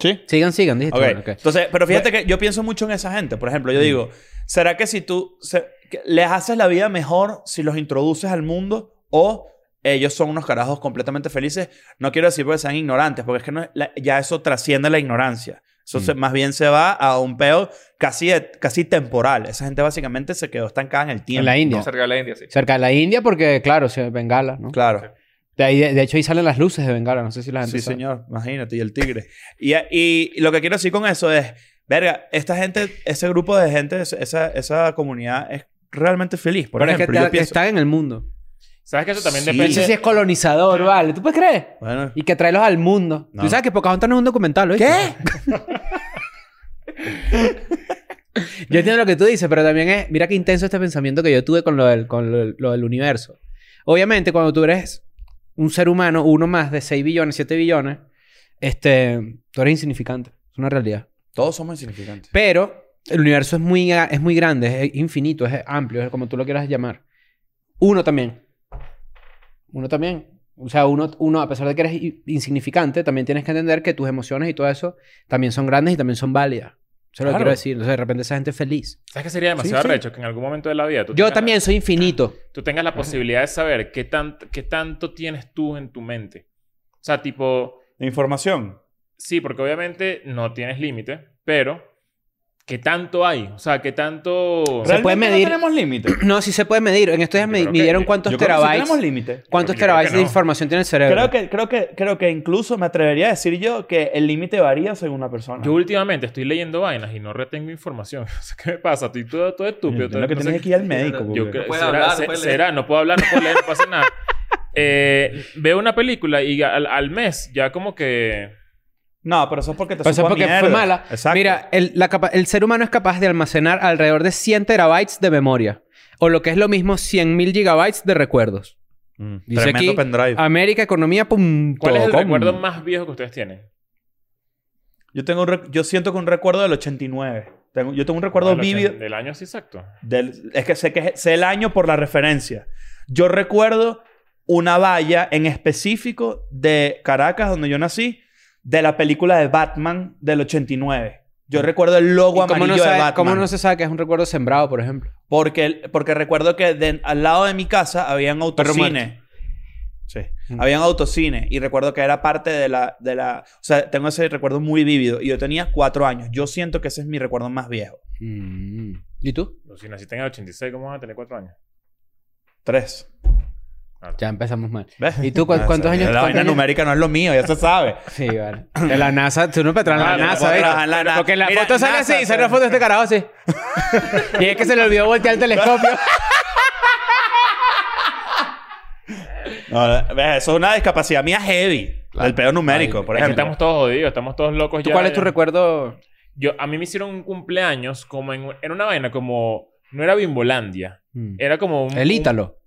Speaker 3: ¿Sí?
Speaker 1: Sigan, sigan, dijiste.
Speaker 3: Ok.
Speaker 1: Bueno, Mm. ok.
Speaker 3: Entonces, pero fíjate que yo pienso mucho en esa gente. Por ejemplo, yo digo, ¿será que si tú se- que les haces la vida mejor si los introduces al mundo o ellos son unos carajos completamente felices? No quiero decir porque sean ignorantes, porque es que no es- la- ya eso trasciende la ignorancia.
Speaker 1: Mm.
Speaker 3: Eso se- más bien se va a un peo casi, casi temporal. Esa gente básicamente se quedó estancada en el tiempo.
Speaker 1: En la India.
Speaker 4: Cerca de la India, sí.
Speaker 1: Cerca de la India, porque, claro, o sea, Bengala, ¿no?
Speaker 3: Claro.
Speaker 1: De, ahí, de hecho, ahí salen las luces de Bengala. No sé si la gente
Speaker 3: Sí,
Speaker 1: sabe.
Speaker 3: señor, imagínate, y el tigre. Y, y lo que quiero decir con eso es, verga, esta gente, ese grupo de gente, es- esa, esa comunidad es realmente feliz. Por
Speaker 1: Pero
Speaker 3: ejemplo,
Speaker 1: es que
Speaker 3: yo
Speaker 1: está-
Speaker 3: pienso,
Speaker 1: están en el mundo.
Speaker 2: ¿Sabes que eso también
Speaker 3: Sí.
Speaker 2: depende?
Speaker 1: Eso sí es colonizador, vale. ¿Tú puedes creer?
Speaker 3: Bueno,
Speaker 1: Y que traerlos al mundo.
Speaker 3: No.
Speaker 1: Tú sabes que Pocahontas no es un documental, ¿oíste? ¿Qué? *laughs* yo entiendo lo que tú dices, pero también es... Mira qué intenso este pensamiento que yo tuve con lo del, con lo, lo del universo. Obviamente, cuando tú eres un ser humano, uno más de 6 billones, 7 billones, este, tú eres insignificante. Es una realidad.
Speaker 3: todos somos insignificantes.
Speaker 1: Pero el universo es muy, ga- es muy grande, es infinito, es amplio, es como tú lo quieras llamar. Uno también. Uno también. O sea, uno, uno, a pesar de que eres i- insignificante, también tienes que entender que tus emociones y todo eso también son grandes y también son válidas. Eso es lo que
Speaker 3: Claro.
Speaker 1: quiero decir. Entonces, de repente esa gente es feliz.
Speaker 2: ¿Sabes que sería demasiado
Speaker 3: Sí, sí.
Speaker 2: recho que en algún momento de la vida tú
Speaker 1: Yo
Speaker 2: tengas-
Speaker 1: también soy infinito.
Speaker 2: tú tengas la posibilidad de saber qué, tan- qué tanto tienes tú en tu mente? O sea, tipo,
Speaker 3: Información.
Speaker 2: sí, porque obviamente no tienes límite, pero ¿qué tanto hay? O sea, ¿qué tanto...?
Speaker 1: Real-
Speaker 3: Realmente
Speaker 1: puede medir-
Speaker 3: No tenemos límite.
Speaker 1: No, sí se puede medir. En estos días
Speaker 2: Yo
Speaker 1: me-
Speaker 2: creo que-
Speaker 1: midieron
Speaker 2: yo-
Speaker 1: cuántos
Speaker 3: Yo creo que sí
Speaker 1: terabytes.
Speaker 3: tenemos límite.
Speaker 1: ¿Cuántos
Speaker 2: Yo creo que
Speaker 1: terabytes de
Speaker 2: no.
Speaker 1: información tiene el cerebro?
Speaker 3: Creo que, creo, que, creo que incluso me atrevería a decir yo que el límite varía según la persona.
Speaker 2: Yo últimamente estoy leyendo vainas y no retengo información. *laughs* No sé ¿Qué me pasa? Estoy todo, todo estúpido.
Speaker 3: Yo
Speaker 2: todo-
Speaker 3: lo que
Speaker 2: no sé
Speaker 3: tienes
Speaker 2: qué-
Speaker 3: es que ir al médico.
Speaker 4: Yo
Speaker 2: Yo
Speaker 3: porque-
Speaker 2: creo,
Speaker 4: puede
Speaker 2: será,
Speaker 4: hablar,
Speaker 2: se-
Speaker 4: puede leer.
Speaker 2: será, no puedo hablar, no puedo leer, no pasa
Speaker 3: *laughs*
Speaker 2: nada. Eh, veo una película y al, al mes ya como que...
Speaker 3: No, pero eso es porque te
Speaker 1: Pues es
Speaker 3: supo a
Speaker 1: porque fue
Speaker 3: mierda.
Speaker 1: mala.
Speaker 3: Exacto.
Speaker 1: Mira, el, la capa- el ser humano es capaz de almacenar alrededor de 100 terabytes de memoria. O lo que es lo mismo, 100.000 gigabytes de recuerdos.
Speaker 3: Mm,
Speaker 1: dice
Speaker 3: tremendo
Speaker 1: aquí-
Speaker 3: pendrive.
Speaker 1: Americaeconomía.com.
Speaker 2: ¿Cuál es el recuerdo más viejo que ustedes tienen?
Speaker 3: Yo, tengo un rec- yo siento que un recuerdo del 89. Tengo- yo tengo un
Speaker 1: Ah,
Speaker 3: recuerdo
Speaker 2: Del
Speaker 3: vívido.
Speaker 2: 80 Del año sí, exacto.
Speaker 3: del- es que sé que es- sé el año por la referencia. Yo recuerdo una valla en específico de Caracas, donde yo nací, de la película de Batman del 89. Yo recuerdo el logo
Speaker 1: ¿Y cómo,
Speaker 3: amarillo
Speaker 1: no
Speaker 3: de
Speaker 1: sabe-
Speaker 3: Batman.
Speaker 1: cómo no se sabe que es un recuerdo sembrado, por ejemplo?
Speaker 3: porque, el- porque recuerdo que de- al lado de mi casa habían autocine. Sí.
Speaker 1: Mm.
Speaker 3: Habían autocine. Y recuerdo que era parte de la, de la... O sea, tengo ese recuerdo muy vívido. Y yo tenía cuatro años. Yo siento que ese es mi recuerdo más viejo. Mm.
Speaker 1: ¿Y tú?
Speaker 2: Si naciste en el 86, ¿cómo vas a tener cuatro años?
Speaker 3: Tres.
Speaker 1: Ya empezamos mal.
Speaker 3: ¿Ves?
Speaker 1: ¿Y tú
Speaker 3: *laughs*
Speaker 1: cuán-
Speaker 3: Ah,
Speaker 1: cuántos
Speaker 3: sí.
Speaker 1: años-
Speaker 3: La
Speaker 1: cuántos
Speaker 3: vaina
Speaker 1: años-
Speaker 3: numérica no es lo mío, ya
Speaker 1: *laughs*
Speaker 3: se sabe.
Speaker 1: Sí, vale. De la NASA. Tú no puedes trabajar en
Speaker 2: Claro,
Speaker 1: la
Speaker 2: no
Speaker 1: NASA,
Speaker 2: puedo
Speaker 1: ¿viste?
Speaker 3: trabajar en la NASA.
Speaker 1: Porque en la
Speaker 3: Mira,
Speaker 1: foto sale
Speaker 3: NASA,
Speaker 1: así. Sale la
Speaker 3: pero-
Speaker 1: foto de este carajo
Speaker 3: *laughs*
Speaker 1: así. y es que se le olvidó voltear el telescopio.
Speaker 3: No, ves, eso es una discapacidad mía heavy. El pedo numérico,
Speaker 1: Ay,
Speaker 3: por
Speaker 2: Es que
Speaker 3: ejemplo.
Speaker 2: estamos todos jodidos, estamos todos locos
Speaker 1: ¿Tú
Speaker 2: ya.
Speaker 1: cuál es tu
Speaker 2: ya.
Speaker 1: recuerdo?
Speaker 2: Yo, a mí me hicieron un cumpleaños como en, en una vaina como... No era Bimbolandia.
Speaker 3: Mm.
Speaker 2: Era como un...
Speaker 1: El
Speaker 2: un-
Speaker 1: Ítalo.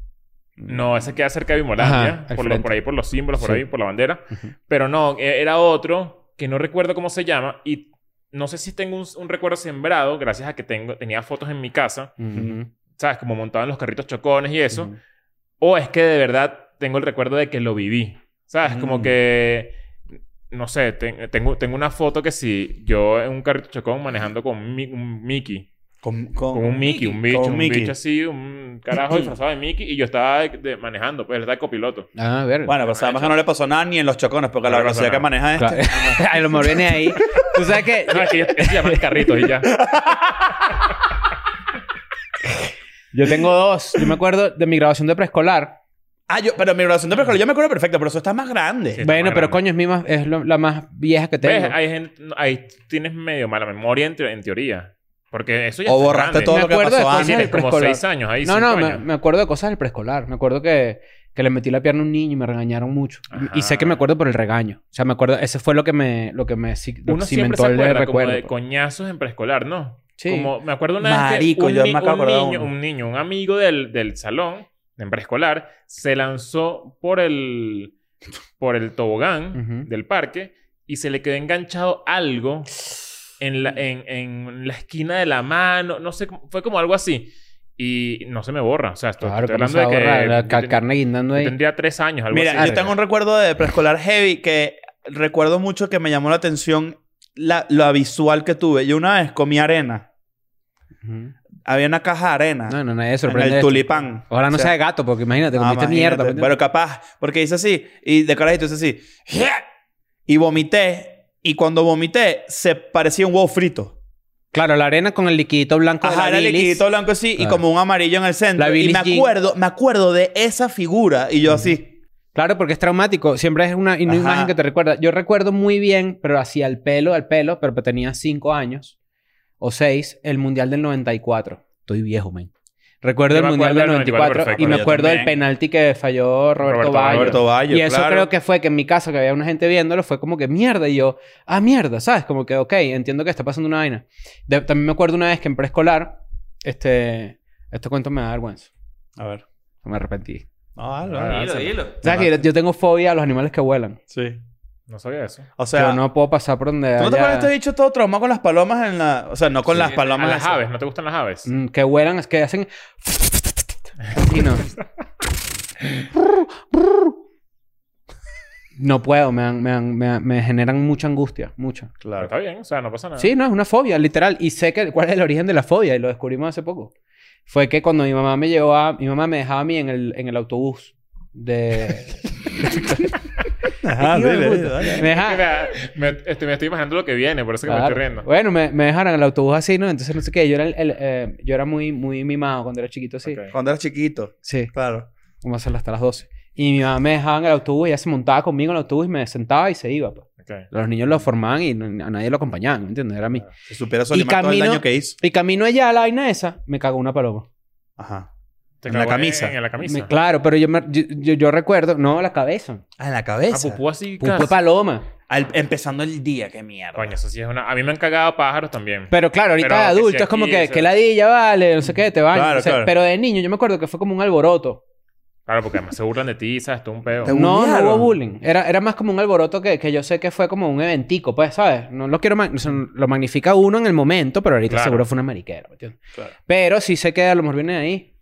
Speaker 2: No, ese queda cerca de Bimolandia.
Speaker 1: Ajá, al
Speaker 2: por, lo-
Speaker 1: frente.
Speaker 2: por ahí, por los símbolos, por
Speaker 1: Sí.
Speaker 2: ahí, por la bandera.
Speaker 1: Ujú.
Speaker 2: Pero no, e- era otro que no recuerdo cómo se llama. Y no sé si tengo un, un recuerdo sembrado, gracias a que tengo, tenía fotos en mi casa,
Speaker 1: Ujú.
Speaker 2: ¿sabes? Como montado en los carritos chocones y eso. O es que de verdad tengo el recuerdo de que lo viví. ¿Sabes? Como
Speaker 3: Mm.
Speaker 2: que. No sé, ten- tengo, tengo una foto que sí, yo en un carrito chocón manejando con mi- un Mickey.
Speaker 3: Con,
Speaker 2: Con un Mickey, un bicho,
Speaker 3: Con un
Speaker 2: un
Speaker 3: Mickey.
Speaker 2: bicho así, un carajo disfrazado de Mickey y yo estaba de- de- manejando, pues él estaba de copiloto. *laughs*
Speaker 1: Ah, ver.
Speaker 3: Bueno, pues además que no le pasó nada ni en los chocones, porque
Speaker 2: No
Speaker 3: la
Speaker 2: le pasó
Speaker 3: velocidad que
Speaker 2: nada.
Speaker 3: maneja este.
Speaker 1: Claro. *laughs* A lo mejor viene ahí. Tú sabes que
Speaker 2: No, es Ah, que ellos ellos se llaman carritos y ya.
Speaker 1: yo tengo dos. Yo me acuerdo de mi graduación de preescolar.
Speaker 3: Ah, yo, pero mi relación de preescolar yo me acuerdo perfecto, pero eso está más grande.
Speaker 2: Sí.
Speaker 1: Bueno,
Speaker 2: más
Speaker 1: pero
Speaker 2: grande.
Speaker 1: coño, es, mi más- es lo- la más vieja que tengo.
Speaker 2: ¿Ves? Hay gente, ahí tienes medio mala memoria en, te- en teoría. Porque eso ya
Speaker 3: O
Speaker 2: está
Speaker 3: borraste
Speaker 2: grande.
Speaker 3: todo
Speaker 1: Me
Speaker 3: lo que
Speaker 1: acuerdo de
Speaker 3: pasó
Speaker 1: cosas
Speaker 3: antes.
Speaker 2: Tienes como
Speaker 1: preescolar.
Speaker 2: seis años ahí.
Speaker 1: No,
Speaker 2: cinco
Speaker 1: no, me,
Speaker 2: años.
Speaker 1: me acuerdo de cosas del preescolar. Me acuerdo que, que le metí la pierna a un niño y me regañaron mucho. Y- Y sé que me
Speaker 2: Ajá.
Speaker 1: acuerdo por el regaño. O sea, me acuerdo, ese fue lo que me, lo que me ci- lo que
Speaker 2: Uno siempre
Speaker 1: cimentó
Speaker 2: se
Speaker 1: el
Speaker 2: acuerda
Speaker 1: recuerdo. pues.
Speaker 2: como de coñazos en preescolar, ¿no?
Speaker 1: Sí.
Speaker 2: Como, me acuerdo una
Speaker 3: Marico,
Speaker 2: vez que
Speaker 3: yo
Speaker 2: un,
Speaker 3: me
Speaker 2: ni-
Speaker 3: acabo
Speaker 2: un
Speaker 3: de acordar
Speaker 2: niño,
Speaker 3: uno.
Speaker 2: un niño, un amigo del, del salón, en preescolar, se lanzó por el, por el tobogán
Speaker 1: Ujú.
Speaker 2: del parque y se le quedó enganchado
Speaker 3: *sighs*
Speaker 2: algo en la, en, en la esquina de la mano, no sé, cómo- fue como algo así. Y no se me borra, o sea, estoy,
Speaker 1: Claro,
Speaker 2: estoy
Speaker 1: que no
Speaker 2: hablando
Speaker 1: se
Speaker 2: de que
Speaker 1: borra, la
Speaker 2: yo
Speaker 1: ca-
Speaker 2: ten-
Speaker 1: carne guindando
Speaker 2: yo
Speaker 1: ahí.
Speaker 2: tendría tres años, algo
Speaker 3: Mira,
Speaker 2: así.
Speaker 3: yo tengo un recuerdo de preescolar heavy que recuerdo mucho que me llamó la atención la, la visual que tuve. Yo una vez comí arena.
Speaker 1: Ujú.
Speaker 3: Había una caja de arena.
Speaker 1: No, no, nadie
Speaker 3: en
Speaker 1: sorprende.
Speaker 3: el
Speaker 1: esto.
Speaker 3: tulipán.
Speaker 1: Ojalá no
Speaker 3: O sea,
Speaker 1: sea de gato, porque imagínate,
Speaker 3: Ah,
Speaker 1: comiste
Speaker 3: imagínate.
Speaker 1: mierda. pues,
Speaker 3: Bueno, capaz. Porque hice así. Y de carajito hice así. ¡Yeah! Y vomité. Y cuando vomité, se parecía un huevo frito.
Speaker 1: Claro, la arena con el liquidito blanco
Speaker 3: Ajá,
Speaker 1: de Ah, la
Speaker 3: era
Speaker 1: bilis.
Speaker 3: liquidito blanco así. Y
Speaker 1: Claro.
Speaker 3: como un amarillo en el centro.
Speaker 1: La
Speaker 3: y
Speaker 1: bilis
Speaker 3: me
Speaker 1: Jean.
Speaker 3: acuerdo, me acuerdo de esa figura. Y yo así.
Speaker 1: Claro, porque es traumático. Siempre es una, y una
Speaker 3: Ajá.
Speaker 1: imagen que te recuerda. Yo recuerdo muy bien, pero hacía el pelo, al pelo, pero tenía cinco años o seis, el Mundial del 94. Estoy viejo, man. Recuerdo
Speaker 2: Yo
Speaker 1: el
Speaker 2: me
Speaker 1: Mundial
Speaker 2: acuerdo
Speaker 1: del
Speaker 2: del
Speaker 1: 94
Speaker 2: 94
Speaker 1: y me
Speaker 3: perfecto.
Speaker 1: acuerdo del
Speaker 3: También.
Speaker 1: penalti que falló Roberto,
Speaker 2: Roberto
Speaker 1: Bayo.
Speaker 3: Roberto Bayo.
Speaker 1: Y eso
Speaker 3: claro.
Speaker 1: creo que fue que en mi casa, que había una gente viéndolo, fue como que mierda. Y yo, ah, mierda, ¿sabes? Como que, ok, entiendo que está pasando una vaina. De- también me acuerdo una vez que en preescolar, este, este cuento me da vergüenza.
Speaker 3: A ver.
Speaker 1: Me arrepentí.
Speaker 3: No, vale,
Speaker 2: Ah,
Speaker 3: vale.
Speaker 4: Dilo, dilo.
Speaker 1: ¿Sabes que yo, yo tengo fobia a los animales que vuelan?
Speaker 3: Sí.
Speaker 2: No sabía eso.
Speaker 3: O sea,
Speaker 1: yo no puedo pasar por donde
Speaker 3: ¿Tú no te
Speaker 1: haya-
Speaker 3: acuerdas de este bicho todo traumado con las palomas en la... O sea, no con
Speaker 4: Sí,
Speaker 3: las
Speaker 4: a
Speaker 2: A
Speaker 3: palomas...
Speaker 2: las
Speaker 3: esas.
Speaker 2: aves, ¿no te gustan las aves?
Speaker 1: Mm, que vuelan, es que hacen... Así no. No puedo, me, dan- me, dan- me, dan- me generan mucha angustia, mucha.
Speaker 2: Pero
Speaker 3: Claro.
Speaker 2: Está bien, o sea, no pasa
Speaker 3: Ah.
Speaker 2: nada.
Speaker 1: Sí, no, es una fobia, literal. Y sé que, cuál es el origen de la fobia y lo descubrimos hace poco. Fue que cuando mi mamá me llevaba, mi mamá me dejaba a mí en el, en el autobús de... *laughs*
Speaker 3: Ajá,
Speaker 1: Hijo de
Speaker 3: Ah, dile,
Speaker 1: puta.
Speaker 3: dile, dale.
Speaker 1: Me
Speaker 2: Es
Speaker 1: dejaba-
Speaker 2: que me, me- este, me estoy imaginando lo que viene, por eso que me
Speaker 1: Claro.
Speaker 2: estoy riendo.
Speaker 1: Bueno, me, me dejaron en el autobús así, ¿no? Entonces, no sé qué. Yo era, el- el, eh, yo era muy, muy mimado cuando era chiquito, sí.
Speaker 2: Ok.
Speaker 3: Cuando eras chiquito.
Speaker 1: Sí,
Speaker 3: Claro.
Speaker 1: como hacerlo hasta las 12. Y mi mamá me dejaba en el autobús, ella se montaba conmigo en el autobús y me sentaba y se iba. pues.
Speaker 2: Ok.
Speaker 1: Los niños lo formaban y no- a nadie lo acompañaban, ¿me entiendes? Era a mí.
Speaker 3: Si
Speaker 1: Y
Speaker 3: supieras Solimar todo el
Speaker 1: camino-
Speaker 3: daño que hizo.
Speaker 1: Y camino allá a la vaina esa, me cagó una paloma.
Speaker 3: Ajá.
Speaker 2: Te
Speaker 3: En la
Speaker 2: cagó
Speaker 3: camisa.
Speaker 2: En, en la camisa.
Speaker 1: Me- claro, pero yo, me- yo, yo- yo recuerdo, no, la cabeza.
Speaker 3: Ah, en la
Speaker 2: Ah,
Speaker 3: cabeza.
Speaker 2: pupú así.
Speaker 1: Fue
Speaker 2: casi.
Speaker 1: paloma.
Speaker 3: Al- empezando el día, qué mierda.
Speaker 2: Coño, eso sí es una... A mí me han cagado pájaros también.
Speaker 1: Pero claro, ahorita
Speaker 2: Pero
Speaker 1: de
Speaker 2: que si
Speaker 1: adulto es como
Speaker 2: aquí,
Speaker 1: que,
Speaker 2: o sea-
Speaker 1: que ladilla, vale, no sé qué, te bañas.
Speaker 3: Claro,
Speaker 1: o sea,
Speaker 3: claro.
Speaker 1: Pero de niño, yo me acuerdo que fue como un alboroto.
Speaker 2: Claro, porque además se burlan de ti, ¿sabes? Todo un pedo.
Speaker 3: Te-
Speaker 1: No, no
Speaker 3: bullearon?
Speaker 1: hubo bullying. Era, era más como un alboroto que, que yo sé que fue como un eventico, pues, ¿sabes? No lo quiero... ma- o sea, lo magnifica uno en el momento, pero ahorita
Speaker 2: Claro.
Speaker 1: seguro fue una mariquera, ¿me entiendes?
Speaker 3: Claro.
Speaker 1: Pero sí sé que a lo mejor viene de ahí.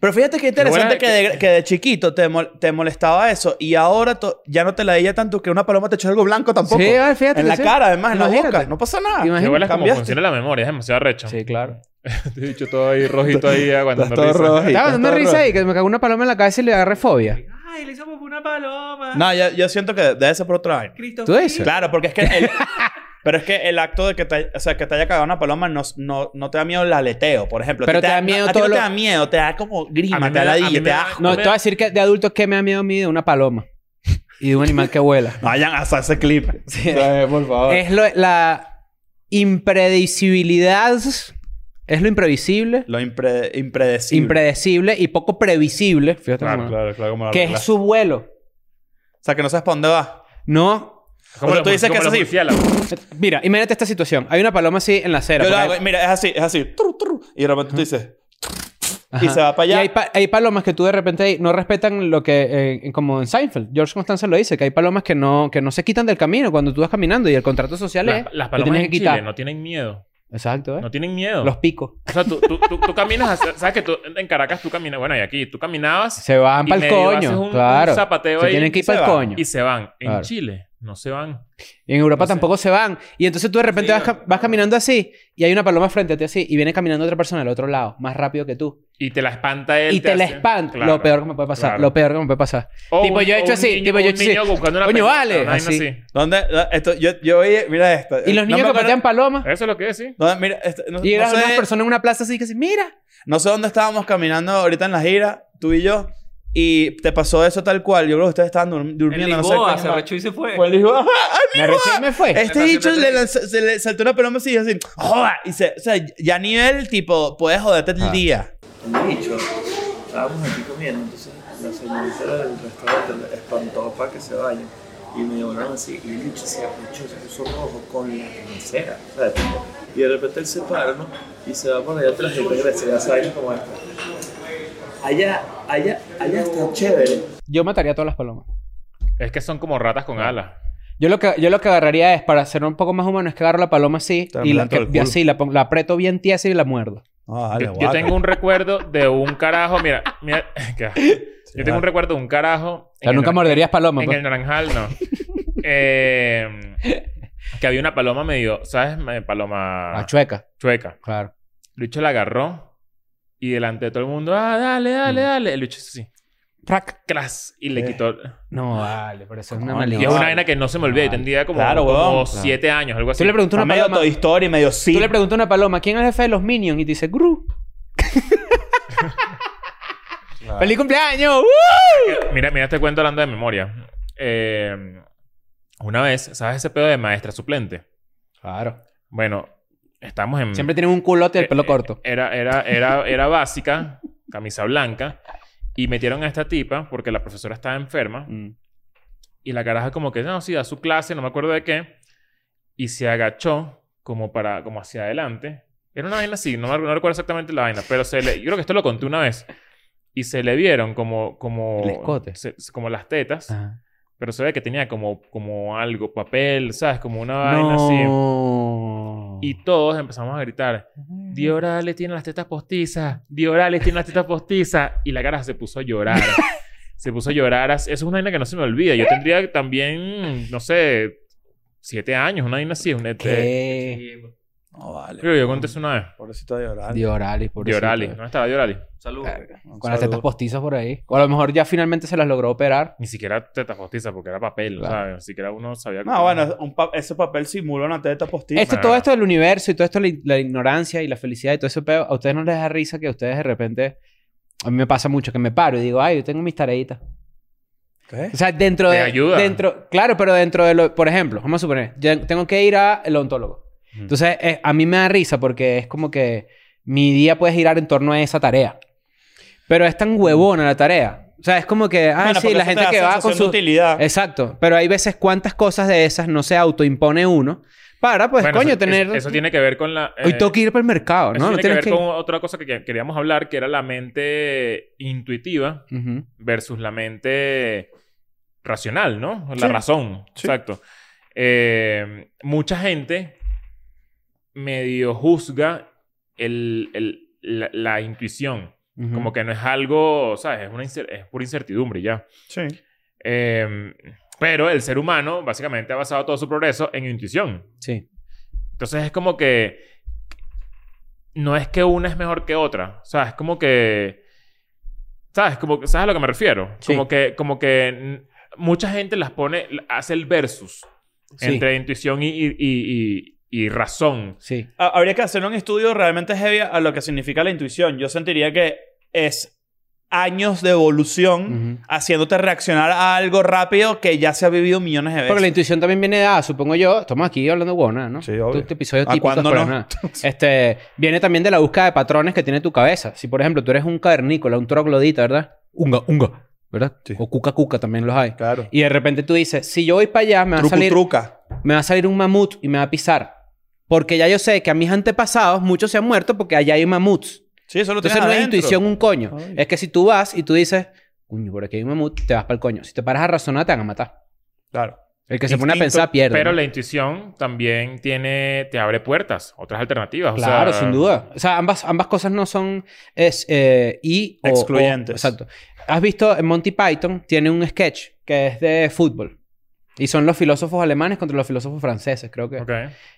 Speaker 3: Pero fíjate qué interesante
Speaker 2: Lo bueno
Speaker 3: que,
Speaker 2: es
Speaker 3: de, que de chiquito te, mol- te molestaba eso. Y ahora to- ya no te la veía tanto que una paloma te echó algo blanco tampoco.
Speaker 1: Sí, ah, fíjate.
Speaker 3: en
Speaker 1: que
Speaker 3: la
Speaker 1: sí.
Speaker 3: cara, además, en la
Speaker 1: Imagínate.
Speaker 3: boca. No pasa nada.
Speaker 1: Imagínate.
Speaker 2: Te vuelas como
Speaker 3: cambiaste.
Speaker 2: funciona la memoria, es demasiado recho.
Speaker 1: Sí, claro.
Speaker 2: Te *laughs* he dicho todo ahí rojito ahí
Speaker 3: Estás
Speaker 2: aguantando
Speaker 3: todo
Speaker 2: risa.
Speaker 3: rojo.
Speaker 1: Estaba
Speaker 3: estás
Speaker 1: dando
Speaker 3: todo
Speaker 1: risa
Speaker 3: rojo.
Speaker 1: y que me cagó una paloma en la cabeza y le agarré fobia.
Speaker 4: Ay, le hicimos una paloma.
Speaker 3: No, yo, yo siento que debe ser por otra vaina.
Speaker 4: Cristo.
Speaker 1: ¿Tú dices?
Speaker 3: Claro, porque es
Speaker 1: *laughs*
Speaker 3: que el- pero es que el acto de que te, o sea, que te haya cagado una paloma no, no, no te da miedo el aleteo, por ejemplo. A ti
Speaker 1: Pero te da
Speaker 3: no-
Speaker 1: miedo
Speaker 3: a ti
Speaker 1: todo
Speaker 3: no
Speaker 1: lo-
Speaker 3: te da miedo, te da como
Speaker 2: A mí
Speaker 3: grima,
Speaker 2: me
Speaker 3: te da
Speaker 2: da- a mí
Speaker 3: ladilla,
Speaker 2: me
Speaker 3: te da
Speaker 2: da-
Speaker 3: asco.
Speaker 1: No, te voy a decir que de adulto que me ha miedo a mí de una paloma. Y de un animal que
Speaker 3: *laughs*
Speaker 1: vuela.
Speaker 3: No vayan a hacer ese *laughs* clip.
Speaker 1: Sí.
Speaker 3: O sea, por favor.
Speaker 1: Es lo- la impredecibilidad. Es lo imprevisible.
Speaker 3: Lo impre- impredecible.
Speaker 1: impredecible y poco previsible. Fíjate
Speaker 2: Claro,
Speaker 1: cómo-
Speaker 3: Claro, claro, como la
Speaker 1: Que
Speaker 3: regla.
Speaker 1: es su vuelo.
Speaker 3: O sea, que no sabes para dónde va.
Speaker 1: No.
Speaker 2: Como
Speaker 3: O sea,
Speaker 2: los
Speaker 3: tú dices
Speaker 2: mur-
Speaker 3: que
Speaker 2: como
Speaker 3: es
Speaker 2: los murciélagos.
Speaker 1: Mira, imagínate esta situación. Hay una paloma así en la acera.
Speaker 3: Yo lo
Speaker 1: porque
Speaker 3: hago,
Speaker 1: hay-
Speaker 3: mira, es así, es así. Tru, tru, y de repente tú dices, y
Speaker 1: Ajá.
Speaker 3: se va para
Speaker 1: Y
Speaker 3: allá.
Speaker 1: hay, pa- hay palomas que tú de repente ahí no respetan lo que... eh, en- como en Seinfeld. George Constanza lo dice. Que hay palomas que no, que no se quitan del camino cuando tú vas caminando. Y el contrato social es...
Speaker 2: Las, las
Speaker 1: que
Speaker 2: palomas
Speaker 1: tienes
Speaker 2: en
Speaker 1: que quitar.
Speaker 2: Chile no tienen miedo.
Speaker 1: Exacto, ¿eh?
Speaker 2: No tienen miedo.
Speaker 1: Los picos.
Speaker 2: O sea, tú, tú, tú, tú caminas... hacia- ¿Sabes que tú, en Caracas tú caminas... Bueno, y aquí tú caminabas...
Speaker 1: Se van
Speaker 2: y
Speaker 1: para el
Speaker 2: medio haces
Speaker 1: coño.
Speaker 2: un- un
Speaker 1: claro.
Speaker 2: zapateo
Speaker 1: se
Speaker 2: ahí
Speaker 1: tienen que
Speaker 2: y
Speaker 1: ir para
Speaker 3: se
Speaker 1: el
Speaker 3: van.
Speaker 1: coño.
Speaker 2: Y se van. En
Speaker 1: Claro.
Speaker 2: Chile no se van.
Speaker 1: Y en Europa
Speaker 2: No sé.
Speaker 1: tampoco se van. Y entonces tú de repente
Speaker 4: Sí,
Speaker 1: vas, ca-
Speaker 4: no.
Speaker 1: vas caminando así y hay una paloma frente a ti así y viene caminando otra persona al otro lado, más rápido que tú.
Speaker 2: Y te la espanta él.
Speaker 1: Y te la
Speaker 2: hace-
Speaker 1: espanta.
Speaker 2: Claro.
Speaker 1: Lo peor que me puede pasar.
Speaker 2: Claro.
Speaker 1: Lo peor que me puede pasar.
Speaker 2: O
Speaker 1: tipo,
Speaker 2: un-
Speaker 1: yo he
Speaker 2: o
Speaker 1: hecho
Speaker 2: un
Speaker 1: así,
Speaker 2: niño-
Speaker 1: tipo, yo he
Speaker 2: un
Speaker 1: hecho
Speaker 2: niño
Speaker 1: así.
Speaker 2: buscando una
Speaker 1: Coño,
Speaker 2: pelota,
Speaker 1: vale,
Speaker 2: una vaina
Speaker 1: así.
Speaker 3: ¿Dónde? Esto, yo, yo oí, mira esto.
Speaker 1: Y los
Speaker 3: No
Speaker 1: niños
Speaker 3: me
Speaker 1: que
Speaker 3: acuerdo-
Speaker 1: patean palomas.
Speaker 2: Eso es lo que es, sí.
Speaker 3: no, mira, esto- no-
Speaker 1: Y
Speaker 3: no
Speaker 1: llegas a una
Speaker 3: sé-
Speaker 1: persona en una plaza así que dice, mira.
Speaker 3: No sé dónde estábamos caminando ahorita en la gira, tú y yo, Y te pasó eso tal cual. Yo creo que ustedes estaban dur-
Speaker 4: En
Speaker 3: durmiendo. no sé
Speaker 4: Lisboa
Speaker 3: cómo-
Speaker 4: se arrechó y se fue.
Speaker 3: Fue en Lisboa.
Speaker 1: Me arreché y me fue.
Speaker 3: Este
Speaker 4: Me
Speaker 3: dicho
Speaker 4: imagino
Speaker 3: le
Speaker 4: que-
Speaker 3: lanzó- se le saltó una pelota así, así, joda. Y se, o sea, ya a nivel, tipo, puedes joderte el
Speaker 1: Ah.
Speaker 3: día.
Speaker 4: Un bicho. Estábamos aquí comiendo, entonces la señorita del restaurante la espantó para que se vayan. Y me llevaron así, y el bicho se apuchó, se puso rojo con la cera. O sea, tipo, y de repente él se para, ¿no? Y se va por allá atrás y regresa, ya saben cómo está. Allá, allá, allá está chévere.
Speaker 1: Yo mataría a todas las palomas.
Speaker 2: Es que son como ratas con alas.
Speaker 1: Yo lo que, yo lo que agarraría es, para ser un poco más humano, es que agarro la paloma así
Speaker 3: Te la
Speaker 1: y la,
Speaker 3: meto al
Speaker 1: que-
Speaker 3: culo.
Speaker 1: así, la, pon- la aprieto bien tiesa y la muerdo.
Speaker 3: Ah,
Speaker 2: Yo, yo tengo un recuerdo de un carajo. Mira, mira. *laughs* qué asco. Yo tengo un recuerdo de un carajo.
Speaker 1: O sea,
Speaker 2: en el
Speaker 1: nunca
Speaker 2: nar-
Speaker 1: morderías paloma.
Speaker 2: En
Speaker 1: pues.
Speaker 2: el
Speaker 1: *laughs*
Speaker 2: naranjal, no. Eh, que había una paloma medio, ¿sabes? Me- Paloma
Speaker 1: Ah, chueca,
Speaker 2: chueca.
Speaker 1: claro.
Speaker 2: Lucho la agarró y delante de todo el mundo, ah, dale, dale,
Speaker 1: Mm.
Speaker 2: dale. El Lucho hizo así,
Speaker 1: Prac.
Speaker 2: cras, y le
Speaker 3: Eh.
Speaker 2: quitó.
Speaker 1: No, vale, pero eso es una
Speaker 3: Coño,
Speaker 2: Y es
Speaker 1: malicia.
Speaker 2: una vaina que no se me olvida. Y
Speaker 1: Vale.
Speaker 2: tendría como,
Speaker 3: Claro,
Speaker 2: como
Speaker 3: huevón.
Speaker 2: siete años, algo así.
Speaker 1: Tú le preguntas a
Speaker 3: Está
Speaker 1: una
Speaker 3: medio
Speaker 1: paloma...
Speaker 3: Toy Story, medio sí.
Speaker 1: Tú le preguntas a una paloma, ¿quién es el jefe de los Minions? Y te dice,
Speaker 2: *laughs*
Speaker 1: Gru. ¡Feliz cumpleaños! ¡Uh!
Speaker 2: Mira, mira este cuento hablando de memoria. Eh, una vez, ¿sabes ese pedo de maestra suplente?
Speaker 1: Claro.
Speaker 2: Bueno, estamos en...
Speaker 1: Siempre tienen un culote y el pelo
Speaker 2: Eh,
Speaker 1: corto.
Speaker 2: Era, era, era, era básica, camisa blanca, y metieron a esta tipa porque la profesora estaba enferma
Speaker 1: Mm.
Speaker 2: y la caraja como que, no, sí, da su clase, no me acuerdo de qué, y se agachó como para, como hacia adelante. Era una vaina así, no, me- no recuerdo exactamente la vaina, pero se le, yo creo que esto lo conté una vez. Y se le vieron como, como...
Speaker 1: El escote. Ah.
Speaker 2: se- se- como las tetas,
Speaker 1: Ajá.
Speaker 2: pero se ve que tenía como, como algo, papel, ¿sabes? Como una vaina así.
Speaker 1: No.
Speaker 2: Y todos empezamos a gritar, Diorales tiene las tetas postizas. Diorales tiene las tetas postizas. Y la cara se puso
Speaker 1: *laughs*
Speaker 2: a llorar. se puso a llorar. Eso es una vaina que no se me olvida. Yo tendría también, no sé, siete años, una vaina así. Un
Speaker 1: ¿Qué?
Speaker 4: pues,
Speaker 3: No, vale.
Speaker 2: Creo que yo conté eso una vez.
Speaker 3: Pobrecito de llorar.
Speaker 1: Dioralis, por
Speaker 2: Diorales. ¿Dónde estaba Diorales?
Speaker 4: Saludos.
Speaker 1: Verga.
Speaker 3: Un
Speaker 1: Con las tetas
Speaker 3: saludo.
Speaker 1: postizas por ahí. O a lo mejor ya finalmente se las logró operar.
Speaker 2: Ni siquiera tetas postizas porque era papel,
Speaker 1: Claro.
Speaker 2: ¿sabes? Ni siquiera uno sabía.
Speaker 3: No, bueno, un pa- ese papel simula una teta postiza.
Speaker 1: Esto,
Speaker 2: Nah.
Speaker 1: Este, todo esto del universo y todo esto, la, la ignorancia y la felicidad y todo eso, pero a ustedes no les da risa que a ustedes de repente. A mí me pasa mucho que me paro y digo, ay, yo tengo mis tareitas.
Speaker 3: ¿Qué?
Speaker 1: O sea, dentro
Speaker 2: Te
Speaker 1: de.
Speaker 2: ayuda.
Speaker 1: Dentro, claro, pero dentro de lo. Por ejemplo, vamos a suponer, yo tengo que ir al odontólogo.
Speaker 2: Ujú.
Speaker 1: Entonces, eh, a mí me da risa porque es como que mi día puede girar en torno a esa tarea. Pero es tan huevona la tarea. O sea, es como que, ah,
Speaker 3: Bueno,
Speaker 1: sí,
Speaker 3: porque
Speaker 1: la
Speaker 3: eso te
Speaker 1: gente
Speaker 3: da
Speaker 1: que va
Speaker 3: sensación
Speaker 1: con
Speaker 3: de
Speaker 1: su.
Speaker 3: utilidad.
Speaker 1: Exacto. Pero hay veces cuántas cosas de esas no se autoimpone uno para, pues,
Speaker 2: Bueno,
Speaker 1: coño,
Speaker 2: eso,
Speaker 1: tener.
Speaker 2: Eso, eso tiene que ver con la... eh,
Speaker 1: Hoy tengo que ir para el mercado,
Speaker 2: eso
Speaker 1: ¿no? No
Speaker 2: tiene que ver
Speaker 1: tienes que.
Speaker 2: con otra cosa que que queríamos hablar, que era la mente intuitiva.
Speaker 1: Ujú.
Speaker 2: versus la mente racional, ¿no? La
Speaker 3: Sí.
Speaker 2: razón,
Speaker 3: Sí.
Speaker 2: exacto. Eh, mucha gente medio juzga el- el- la, la intuición,
Speaker 1: Ujú.
Speaker 2: como que no es algo, ¿sabes? Es, una incer- es pura incertidumbre y ya.
Speaker 3: Sí.
Speaker 2: Eh, pero el ser humano básicamente ha basado todo su progreso en intuición.
Speaker 1: Sí.
Speaker 2: Entonces es como que no es que una es mejor que otra. O sea, es como que. ¿Sabes? Como, que- ¿Sabes a lo que me refiero?
Speaker 1: Sí.
Speaker 2: Como que, como que n- mucha gente las pone, hace el versus
Speaker 1: Sí.
Speaker 2: entre intuición y, y- y- y- y razón.
Speaker 1: Sí.
Speaker 3: Ha- Ah, Habría que hacer un estudio realmente heavy a lo que significa la intuición. Yo sentiría que es años de evolución
Speaker 1: Ujú.
Speaker 3: haciéndote reaccionar a algo rápido que ya se ha vivido millones de veces.
Speaker 1: Porque la intuición también viene dada, supongo yo. Estamos aquí hablando de huevona, ¿no?
Speaker 3: Sí, obvio.
Speaker 1: Este episodio
Speaker 3: ¿A
Speaker 1: típico de
Speaker 3: cuándo
Speaker 1: Fuera
Speaker 3: no?
Speaker 1: de Nada. Este, viene también de la búsqueda de patrones que tiene tu cabeza. Si, por ejemplo, tú eres un cavernícola, un troglodita, ¿verdad? Unga, unga, ¿verdad?
Speaker 3: Sí.
Speaker 1: O cuca, cuca también los hay.
Speaker 3: Claro.
Speaker 1: Y de repente tú dices, si yo voy para allá, me va, a
Speaker 3: Truco,
Speaker 1: salir,
Speaker 3: truca.
Speaker 1: me va a salir un mamut y me va a pisar. Porque ya yo sé que a mis antepasados muchos se han muerto porque allá hay mamuts.
Speaker 3: Sí, eso lo
Speaker 1: Entonces
Speaker 3: tienes
Speaker 1: no es
Speaker 3: adentro.
Speaker 1: intuición un coño.
Speaker 3: Ay.
Speaker 1: Es que si tú vas y tú dices, coño, por aquí hay un mamut, te vas para el coño. Si te paras a razonar, te van a matar.
Speaker 3: Claro.
Speaker 1: El que se pone a
Speaker 3: Instinto,
Speaker 1: pensar pierde.
Speaker 2: Pero
Speaker 1: ¿no?
Speaker 2: la intuición también tiene, te abre puertas, otras alternativas. o
Speaker 1: Claro,
Speaker 2: sea,
Speaker 1: sin duda. O sea, ambas, ambas cosas no son es, eh, y o-
Speaker 3: Excluyentes.
Speaker 1: o- exacto. Has visto en Monty Python tiene un sketch que es de fútbol. Y son los filósofos alemanes contra los filósofos franceses, creo que.
Speaker 2: Ok.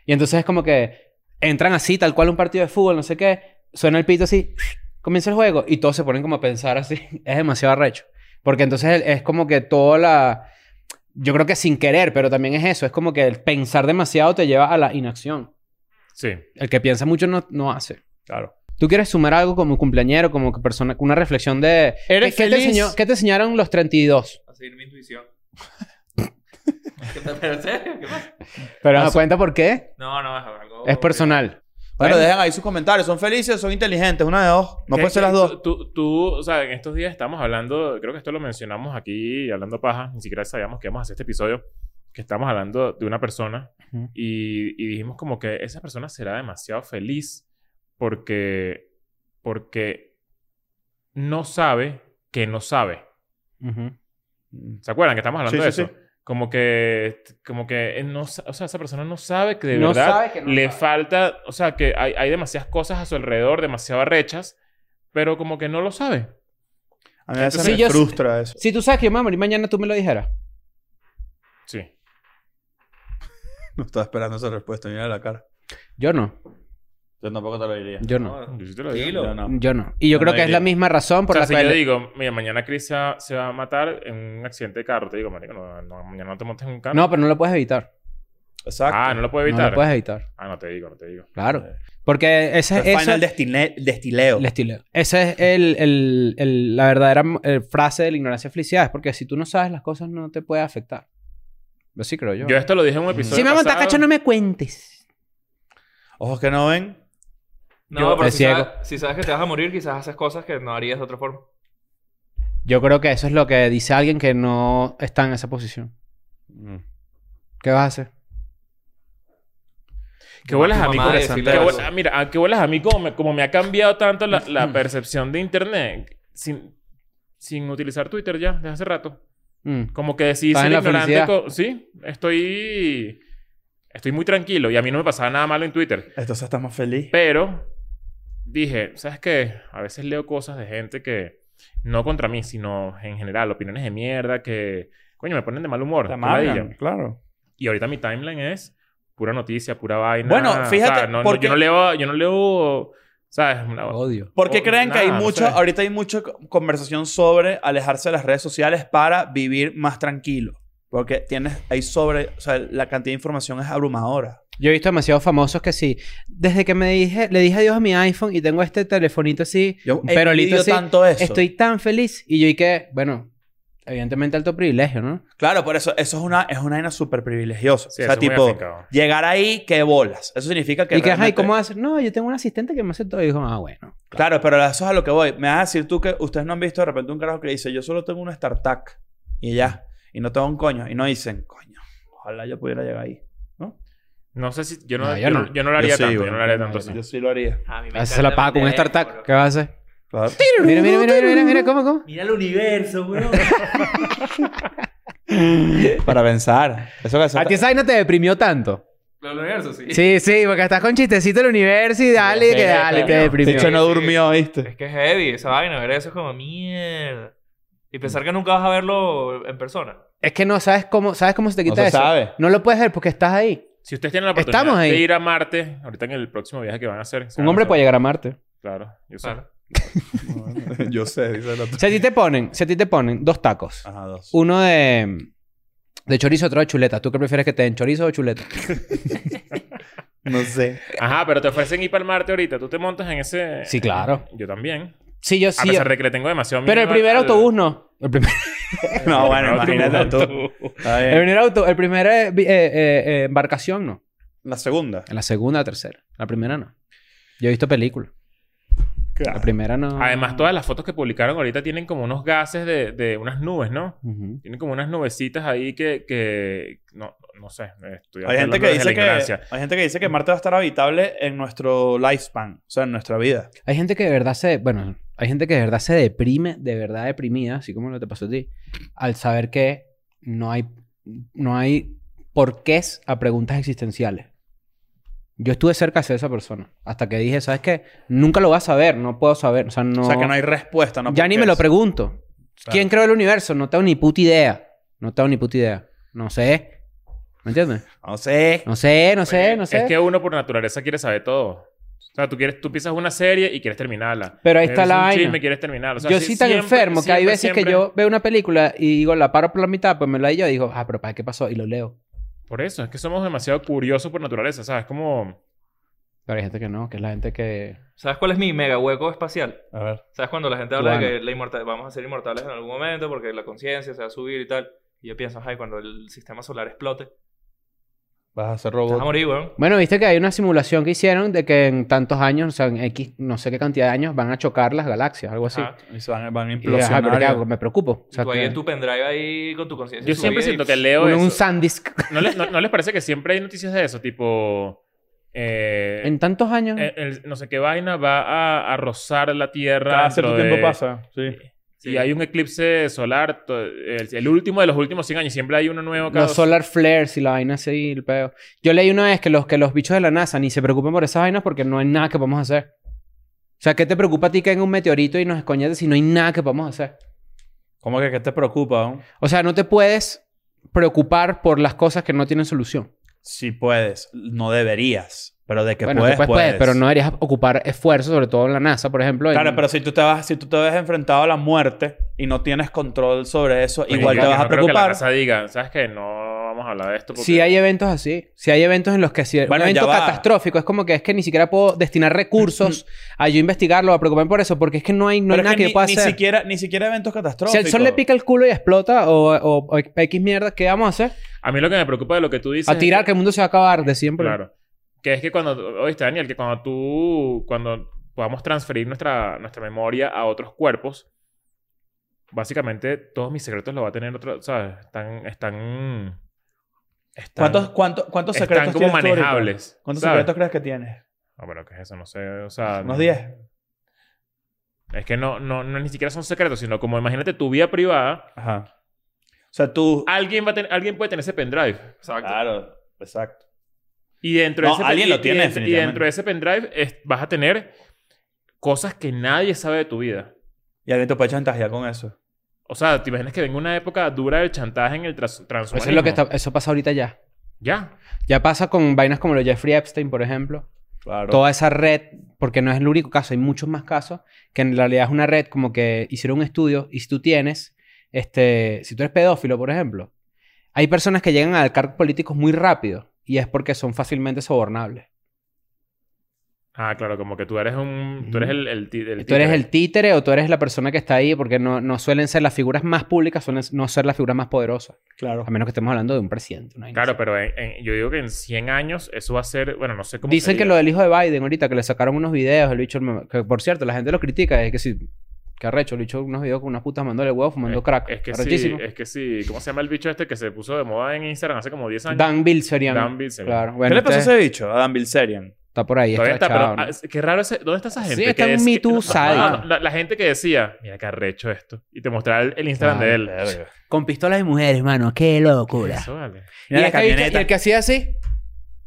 Speaker 1: Y entonces es como que entran así, tal cual un partido de fútbol, no sé qué. Suena el pito así, comienza el juego. Y todos se ponen como a pensar así. *laughs* Es demasiado arrecho. Porque entonces es como que toda la... Yo creo que sin querer, pero también es eso. Es como que el pensar demasiado te lleva a la inacción.
Speaker 2: Sí.
Speaker 1: El que piensa mucho no, no hace.
Speaker 3: Claro.
Speaker 1: ¿Tú quieres sumar algo como cumpleañero, como que persona, una reflexión de...
Speaker 2: ¿Eres
Speaker 1: ¿qué, qué te
Speaker 2: feliz?
Speaker 1: enseñó- ¿Qué te enseñaron los 32?
Speaker 5: a seguir mi intuición. *laughs* ¿Qué tal? ¿Pero en serio? ¿Qué pasa?
Speaker 1: Pero me cuenta por qué.
Speaker 5: No, no, es algo...
Speaker 1: Es personal.
Speaker 3: Bueno,
Speaker 1: Bueno.
Speaker 3: dejen ahí sus comentarios. ¿Son felices o son inteligentes? Una de dos. No
Speaker 2: ¿Qué-
Speaker 3: pueden ser
Speaker 2: qué-
Speaker 3: las dos.
Speaker 2: Tú, tú- tú, o sea, en estos días estamos hablando, creo que esto lo mencionamos aquí, hablando paja, ni siquiera sabíamos que íbamos a hacer este episodio, que estamos hablando de una persona
Speaker 1: Ujú.
Speaker 2: y, y dijimos como que esa persona será demasiado feliz porque, porque no sabe que no sabe.
Speaker 1: Ujú.
Speaker 2: ¿Se acuerdan que estamos hablando
Speaker 3: Sí,
Speaker 2: de
Speaker 3: sí,
Speaker 2: eso? Como que, como que no, sa- o sea, esa persona no sabe que de
Speaker 1: No
Speaker 2: verdad
Speaker 1: sabe que no
Speaker 2: le
Speaker 1: sabe.
Speaker 2: falta, o sea, que hay, hay demasiadas cosas a su alrededor, demasiado arrechas, pero como que no lo sabe.
Speaker 3: A mí a veces
Speaker 1: Sí, yo
Speaker 3: me
Speaker 1: sé-
Speaker 3: frustra eso. *laughs*
Speaker 1: Si tú sabes que yo me voy a morir mañana, tú me lo dijeras.
Speaker 2: Sí.
Speaker 3: No estaba esperando esa respuesta. Mira la cara.
Speaker 1: Yo no.
Speaker 3: Yo tampoco te lo diría.
Speaker 1: Yo no.
Speaker 2: Yo sí te lo digo.
Speaker 5: Dilo.
Speaker 3: Yo no.
Speaker 1: Yo no. Y yo
Speaker 3: Yo
Speaker 1: creo
Speaker 3: no
Speaker 1: que es la
Speaker 3: diría.
Speaker 1: misma razón
Speaker 2: O
Speaker 1: por
Speaker 2: sea,
Speaker 1: la
Speaker 2: si yo
Speaker 1: cual...
Speaker 2: digo, mira, mañana Chris se va, se va a matar en un accidente de carro, te digo, marico, no, no, mañana no te montes en un carro.
Speaker 1: No, pero no lo puedes evitar.
Speaker 3: Exacto.
Speaker 2: ah, no lo puedo
Speaker 1: No
Speaker 2: evitar.
Speaker 1: lo puedes evitar.
Speaker 2: Ah, no te digo, no te digo.
Speaker 1: Claro. Porque ese es...
Speaker 3: Es
Speaker 1: eso-
Speaker 3: final destile- destileo.
Speaker 1: El estilo. Esa es el, el- el- la verdadera eh, frase de la ignorancia es felicidad. Es porque si tú no sabes las cosas, no te puede afectar. Yo sí creo yo.
Speaker 2: Yo esto lo dije en un episodio.
Speaker 1: si me montas
Speaker 2: pasado.
Speaker 1: cacho, no me cuentes.
Speaker 3: Ojos que no ven.
Speaker 5: No, pero
Speaker 1: Es
Speaker 5: si
Speaker 1: ciego.
Speaker 5: sabes, si sabes que te vas a morir, quizás haces cosas que no harías de otra forma.
Speaker 1: Yo creo que eso es lo que dice alguien que no está en esa posición.
Speaker 3: Mm.
Speaker 1: ¿Qué vas a hacer?
Speaker 2: Que vuelas a mí
Speaker 5: Mamá,
Speaker 2: con
Speaker 5: decirle
Speaker 2: Que
Speaker 5: algo.
Speaker 2: vuel- ah, mira, ah, que vuelas a mí como me, como me ha cambiado tanto la,
Speaker 1: *laughs*
Speaker 2: la percepción de internet sin, sin utilizar Twitter ya, desde hace rato.
Speaker 1: Mm.
Speaker 2: Como que decidí
Speaker 1: Estás
Speaker 2: ser
Speaker 1: en la
Speaker 2: ignorante.
Speaker 1: felicidad.
Speaker 2: co- sí, estoy... Estoy muy tranquilo y a mí no me pasaba nada malo en Twitter.
Speaker 3: Entonces estás más feliz.
Speaker 2: Pero dije, ¿sabes qué? A veces leo cosas de gente que, no contra mí, sino en general, opiniones de mierda que, coño, me ponen de mal humor.
Speaker 3: Te
Speaker 2: qué
Speaker 3: amargan,
Speaker 2: ladilla.
Speaker 3: claro.
Speaker 2: Y ahorita mi timeline es pura noticia, pura vaina.
Speaker 3: Bueno, fíjate,
Speaker 2: no- no,
Speaker 3: porque-
Speaker 2: yo no leo, yo no leo, ¿sabes?
Speaker 1: Oh,
Speaker 2: Una-
Speaker 1: Odio.
Speaker 3: Porque
Speaker 2: O
Speaker 3: creen que hay
Speaker 2: nada, no
Speaker 3: mucha,
Speaker 2: sé.
Speaker 3: ahorita hay mucha co- conversación sobre alejarse de las redes sociales para vivir más tranquilo. Porque tienes ahí sobre, o sea, la cantidad de información es abrumadora.
Speaker 1: Yo he visto demasiados famosos que sí. Desde que me dije, le dije adiós a mi iPhone y tengo este telefonito así,
Speaker 3: Yo
Speaker 1: un perolito
Speaker 3: envidio
Speaker 1: así.
Speaker 3: tanto eso.
Speaker 1: Estoy tan feliz. Y yo y que, bueno, evidentemente alto privilegio, ¿no?
Speaker 3: Claro, por eso, eso es una, es una vaina súper privilegiosa.
Speaker 2: Sí,
Speaker 3: o sea,
Speaker 2: eso es muy
Speaker 3: tipo,
Speaker 2: afincado.
Speaker 3: llegar ahí, que bolas. Eso significa que.
Speaker 1: y que, ay,
Speaker 3: realmente-
Speaker 1: ¿cómo hacer? No, yo tengo un asistente que me hace todo. Y dijo, ah, bueno.
Speaker 3: Claro, pero eso es a lo que voy. Me vas a decir tú que ustedes no han visto de repente un carajo que dice, yo solo tengo una startup y ya, y no tengo un coño. Y no dicen, coño, ojalá yo pudiera llegar ahí.
Speaker 2: No sé si... Yo no,
Speaker 1: No, yo
Speaker 2: yo no-
Speaker 1: no.
Speaker 2: yo no lo haría
Speaker 3: Yo sí,
Speaker 2: tanto.
Speaker 3: bueno.
Speaker 2: yo no lo haría tanto así.
Speaker 3: Yo sí lo haría.
Speaker 5: A mí me
Speaker 1: Haces la
Speaker 5: encanta
Speaker 1: paja con un
Speaker 5: vender,
Speaker 1: startup.
Speaker 5: bro.
Speaker 1: ¿Qué vas a hacer?
Speaker 3: Claro.
Speaker 1: Mira, mira, mira, mira, mira, ¿cómo, cómo?
Speaker 5: Mira el universo, weón.
Speaker 3: Para pensar. Eso que
Speaker 1: A ti esa vaina te deprimió tanto.
Speaker 5: el universo, sí.
Speaker 1: Sí, sí, porque estás con chistecito del universo y dale,
Speaker 3: Sí,
Speaker 1: que
Speaker 3: sí,
Speaker 1: dale,
Speaker 3: sí,
Speaker 1: te
Speaker 3: sí.
Speaker 5: De
Speaker 1: deprimió.
Speaker 5: hecho, no durmió,
Speaker 3: ¿viste?
Speaker 5: Es que es heavy esa vaina, ver eso es como mierda. Y pensar que nunca vas a verlo en persona.
Speaker 1: Es que no sabes cómo, sabes cómo se te
Speaker 3: No
Speaker 1: quita
Speaker 3: se
Speaker 1: eso.
Speaker 3: sabe.
Speaker 1: No lo puedes ver porque estás ahí.
Speaker 2: Si ustedes tienen la oportunidad
Speaker 1: Estamos ahí.
Speaker 2: de ir a Marte, ahorita en el próximo viaje que van a hacer... Ah, se
Speaker 1: Un
Speaker 2: van
Speaker 1: hombre
Speaker 2: a-
Speaker 1: puede llegar a Marte.
Speaker 2: Claro, yo sé.
Speaker 5: Claro.
Speaker 3: *laughs* Yo sé, dice el otro. Uh,
Speaker 1: Si a ti te ponen, si a ti te ponen dos tacos.
Speaker 3: Ajá, dos.
Speaker 1: Uno de, de chorizo, otro de chuleta. ¿Tú qué prefieres que te den chorizo o chuleta?
Speaker 3: No sé.
Speaker 2: Ajá, pero te ofrecen ir para el Marte ahorita. ¿Tú te montas en ese...?
Speaker 1: Sí, claro.
Speaker 2: Yo también.
Speaker 1: Sí, yo
Speaker 2: A
Speaker 1: sí. eh,
Speaker 2: pesar de que le tengo demasiado miedo
Speaker 1: Pero el
Speaker 2: al-
Speaker 1: primer
Speaker 2: al-
Speaker 1: autobús no. El primer,
Speaker 3: No, bueno,
Speaker 2: Otro
Speaker 3: imagínate tú.
Speaker 2: autobús.
Speaker 3: Está
Speaker 1: el
Speaker 3: bien.
Speaker 1: primer auto, el primer eh, vi- eh, eh, eh, embarcación no.
Speaker 3: La segunda.
Speaker 1: En la segunda, la tercera. La primera no. Yo he visto películas. La primera no.
Speaker 2: Además, todas las fotos que publicaron ahorita tienen como unos gases de, de unas nubes, ¿no?
Speaker 1: Ujú.
Speaker 2: Tienen como unas nubecitas ahí que... que no, no sé. Estoy
Speaker 3: Hay gente,
Speaker 2: hablando
Speaker 3: que
Speaker 2: desde
Speaker 3: dice
Speaker 2: la
Speaker 3: que,
Speaker 2: ignorancia.
Speaker 3: hay gente que dice que Marte va a estar habitable en nuestro lifespan, o sea, en nuestra vida.
Speaker 1: Hay gente que de verdad se. Bueno, hay gente que de verdad se deprime, de verdad deprimida, así como lo te pasó a ti, al saber que no hay. No hay porqués a preguntas existenciales. Yo estuve cerca de ser esa persona. Hasta que dije, ¿sabes qué? Nunca lo vas a saber, no puedo saber. O sea, no.
Speaker 3: O sea, que no hay respuesta. No
Speaker 1: ya ni me lo
Speaker 3: pregunto.
Speaker 1: pregunto. ¿Quién creó el universo? No tengo ni puta idea. No tengo ni puta idea. No sé. ¿Me entiendes?
Speaker 3: No sé.
Speaker 1: No sé, no sé, no sé.
Speaker 2: Es que uno por naturaleza quiere saber todo. O sea, tú quieres, tú pisas una serie y quieres terminarla.
Speaker 1: Pero ahí está
Speaker 2: Ves
Speaker 1: la
Speaker 2: un
Speaker 1: vaina.
Speaker 2: chisme y quieres terminarla. O sea,
Speaker 1: yo
Speaker 2: sí-
Speaker 1: sí tan
Speaker 2: siempre-
Speaker 1: enfermo que hay
Speaker 2: siempre,
Speaker 1: veces que
Speaker 2: siempre-
Speaker 1: yo veo una película y digo, la paro por la mitad, pues me la yo y digo, ah, pero ¿para qué pasó? Y lo leo.
Speaker 2: Por eso, es que somos demasiado curiosos por naturaleza, ¿sabes? Como...
Speaker 1: Claro, hay gente que no, que es la gente que...
Speaker 5: ¿Sabes cuál es mi mega hueco espacial?
Speaker 3: A ver.
Speaker 5: ¿Sabes cuando la gente habla de
Speaker 1: Cubano.
Speaker 5: que la inmortal- vamos a ser inmortales en algún momento porque la conciencia se va a subir y tal? Y yo pienso, ay, cuando el sistema solar explote, te
Speaker 3: Vas a ser
Speaker 5: vas a
Speaker 3: robot.
Speaker 5: morir, weón.
Speaker 1: Bueno, viste que hay una simulación que hicieron de que en tantos años, o sea, en X, no sé qué cantidad de años, van a chocar las galaxias, algo así.
Speaker 2: Ah,
Speaker 5: Ajá.
Speaker 3: Y se van, van a
Speaker 1: Y, ajá, pero ¿qué hago?
Speaker 3: implosionar.
Speaker 1: Me preocupo. O sea,
Speaker 5: tú ahí
Speaker 1: que-
Speaker 5: en tu pendrive ahí con tu conciencia.
Speaker 2: Yo siempre
Speaker 5: subida y-
Speaker 2: siento que leo
Speaker 1: un,
Speaker 2: eso.
Speaker 1: un sandisk.
Speaker 2: ¿No les, no, no les parece que siempre hay noticias de eso? Tipo... eh,
Speaker 1: *laughs* En tantos años...
Speaker 2: el- el no sé qué vaina va a, a rozar la Tierra.
Speaker 3: Cada
Speaker 2: dentro
Speaker 3: cierto
Speaker 2: de-
Speaker 3: tiempo pasa. Sí.
Speaker 5: Sí.
Speaker 2: Y hay un eclipse solar, to- el, el último de los últimos 100 años. Siempre hay uno nuevo cada
Speaker 1: Los
Speaker 2: dos-
Speaker 1: solar flares y la vaina así, el peo. Yo leí una vez que los, que los bichos de la NASA ni se preocupan por esas vainas porque no hay nada que podamos hacer. O sea, ¿qué te preocupa a ti que en un meteorito y nos escoñete si no hay nada que podamos hacer?
Speaker 3: ¿Cómo que qué te preocupa? ¿no?
Speaker 1: O sea, no te puedes preocupar por las cosas que no tienen solución.
Speaker 3: Si puedes. No deberías. Pero de que
Speaker 1: bueno,
Speaker 3: puedes,
Speaker 1: después puedes, pero no deberías ocupar esfuerzo, sobre todo en la NASA, por ejemplo. en-
Speaker 3: Claro, pero si tú, te vas, si tú te ves enfrentado a la muerte y no tienes control sobre eso,
Speaker 2: Porque
Speaker 3: igual
Speaker 2: yo
Speaker 3: te
Speaker 2: creo
Speaker 3: vas
Speaker 2: Pues que
Speaker 3: a
Speaker 2: no creo que la
Speaker 3: preocupar.
Speaker 2: NASA diga, ¿sabes qué? No vamos a hablar de esto porque...
Speaker 1: Sí hay eventos así. Sí hay eventos en los que... Si,
Speaker 3: Bueno,
Speaker 1: un evento
Speaker 3: ya va.
Speaker 1: catastrófico. Es como que es que ni siquiera puedo destinar recursos a yo investigarlo, a preocuparme por eso, porque es que no hay, no hay
Speaker 3: Pero es
Speaker 1: nada que,
Speaker 3: que
Speaker 1: yo pueda
Speaker 3: ni, ni
Speaker 1: hacer.
Speaker 3: siquiera, ni siquiera eventos
Speaker 1: Si
Speaker 3: catastróficos.
Speaker 1: el sol le pica el culo y explota o, o- o X mierda, ¿qué vamos a hacer?
Speaker 2: A mí lo que me preocupa de lo que tú dices...
Speaker 1: A tirar
Speaker 2: es
Speaker 1: que el mundo se va a acabar de siempre.
Speaker 2: Claro. Que es que cuando... Oíste, Daniel, que cuando tú... Cuando podamos transferir nuestra, nuestra memoria a otros cuerpos, básicamente todos mis secretos los va a tener otro... ¿Sabes? Están... Están... están
Speaker 3: ¿Cuántos, cuántos, cuántos secretos
Speaker 2: Están como
Speaker 3: tienes tú ahorita?
Speaker 2: manejables.
Speaker 3: ¿Cuántos
Speaker 2: ¿sabes?
Speaker 3: secretos crees que tienes?
Speaker 2: Ah, bueno, ¿qué es eso? No sé, o sea...
Speaker 3: ¿Unos
Speaker 2: no-
Speaker 3: 10?
Speaker 2: Es que no, no, no, ni siquiera son secretos, sino como imagínate tu vida privada.
Speaker 3: Ajá. O sea, tú...
Speaker 2: Alguien, va a tener, alguien puede tener ese pendrive.
Speaker 5: Exacto.
Speaker 3: Claro, exacto.
Speaker 2: Y dentro
Speaker 3: No,
Speaker 2: de ese
Speaker 3: alguien
Speaker 2: y-
Speaker 3: lo
Speaker 2: y
Speaker 3: tiene,
Speaker 2: dentro- Y dentro
Speaker 3: definitivamente.
Speaker 2: de ese pendrive es- vas a tener cosas que nadie sabe de tu vida.
Speaker 3: Y alguien te puede chantajear con eso.
Speaker 2: O sea, te imaginas que venga una época dura del chantaje en el trans
Speaker 1: Eso
Speaker 2: transhumanismo.
Speaker 1: es lo que está- eso pasa ahorita ya.
Speaker 2: Ya.
Speaker 1: Ya pasa con vainas como los Jeffrey Epstein, por ejemplo.
Speaker 3: Claro.
Speaker 1: Toda esa red, porque no es el único caso, hay muchos más casos, que en realidad es una red como que hicieron un estudio y si tú tienes, este, si tú eres pedófilo, por ejemplo, hay personas que llegan al cargo político muy rápido y es porque son fácilmente sobornables.
Speaker 2: Ah, claro, como que tú eres un... Tú eres el... el, ti- el
Speaker 1: tú eres
Speaker 2: títere.
Speaker 1: el títere o tú eres la persona que está ahí porque no, no suelen ser las figuras más públicas, suelen no ser las figuras más poderosas.
Speaker 3: Claro.
Speaker 1: A menos que estemos hablando de un presidente. una vaina
Speaker 2: Claro,
Speaker 1: así.
Speaker 2: pero en- en- yo digo que en 100 años eso va a ser... Bueno, no sé cómo
Speaker 1: Dicen que
Speaker 2: sería.
Speaker 1: lo del hijo de Biden ahorita, que le sacaron unos videos, el bicho, que por cierto, la gente lo critica, es que sí, que arrecho, el bicho unos videos con unas putas mandándole huevo fumando
Speaker 2: es,
Speaker 1: crack.
Speaker 2: Es que sí,
Speaker 1: Arrechísimo.
Speaker 2: es que sí. ¿Cómo se llama el bicho este que se puso de moda en Instagram hace como 10 años?
Speaker 1: Dan Bilzerian.
Speaker 2: Dan Bilzerian.
Speaker 1: Claro.
Speaker 3: ¿Qué
Speaker 1: Bueno,
Speaker 3: le pasó a
Speaker 1: este
Speaker 3: ese bicho? A Dan Bilzerian.
Speaker 1: Está por ahí,
Speaker 2: Todavía
Speaker 1: está,
Speaker 2: está,
Speaker 1: chao,
Speaker 2: pero
Speaker 1: ¿no?
Speaker 2: ah, qué raro ese, ¿dónde está esa
Speaker 1: Sí,
Speaker 2: gente?
Speaker 1: está
Speaker 2: Que
Speaker 1: un
Speaker 2: es-
Speaker 1: Me
Speaker 2: que-
Speaker 1: Too
Speaker 2: no,
Speaker 1: sádico.
Speaker 2: no, la, la gente que decía, mira qué arrecho esto. Y te mostraba el, el Instagram
Speaker 1: Claro,
Speaker 2: de él.
Speaker 1: Con pistolas de mujeres, mano. Qué locura.
Speaker 2: Eso vale.
Speaker 1: Y,
Speaker 3: Mira la
Speaker 1: este bicho-
Speaker 3: camioneta.
Speaker 1: y el que hacía así,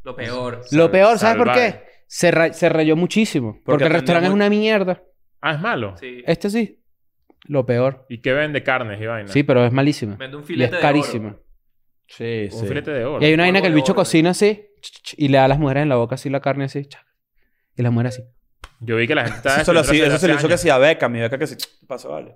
Speaker 5: Lo peor.
Speaker 1: lo peor, ¿sabes
Speaker 2: Salvaje.
Speaker 1: por qué? Se, ra- se rayó muchísimo. Porque, el
Speaker 3: aprendió
Speaker 1: restaurante es
Speaker 3: muy-
Speaker 1: una mierda.
Speaker 2: Ah, es malo.
Speaker 5: Sí.
Speaker 1: Este sí. Lo peor.
Speaker 2: ¿Y qué vende carnes y vaina?
Speaker 1: Sí, pero es malísima.
Speaker 5: Vende un
Speaker 1: Y
Speaker 5: filete
Speaker 1: es
Speaker 5: de
Speaker 1: carísima.
Speaker 5: oro.
Speaker 3: Sí,
Speaker 2: Un filete de oro.
Speaker 1: Y hay una vaina que el
Speaker 5: Polvo de
Speaker 1: bicho
Speaker 5: oro.
Speaker 1: cocina así ch, ch, ch, y le da a las mujeres en la boca así la carne así. cha, Y las mujeres así.
Speaker 2: Yo vi que la gente estaba...
Speaker 3: Eso, se lo
Speaker 2: haciendo hace-
Speaker 3: hacía- eso se le
Speaker 2: hace
Speaker 3: hizo que
Speaker 2: años.
Speaker 3: sí a Beca, mi Beca que se...
Speaker 1: *laughs*
Speaker 3: Pasa, vale.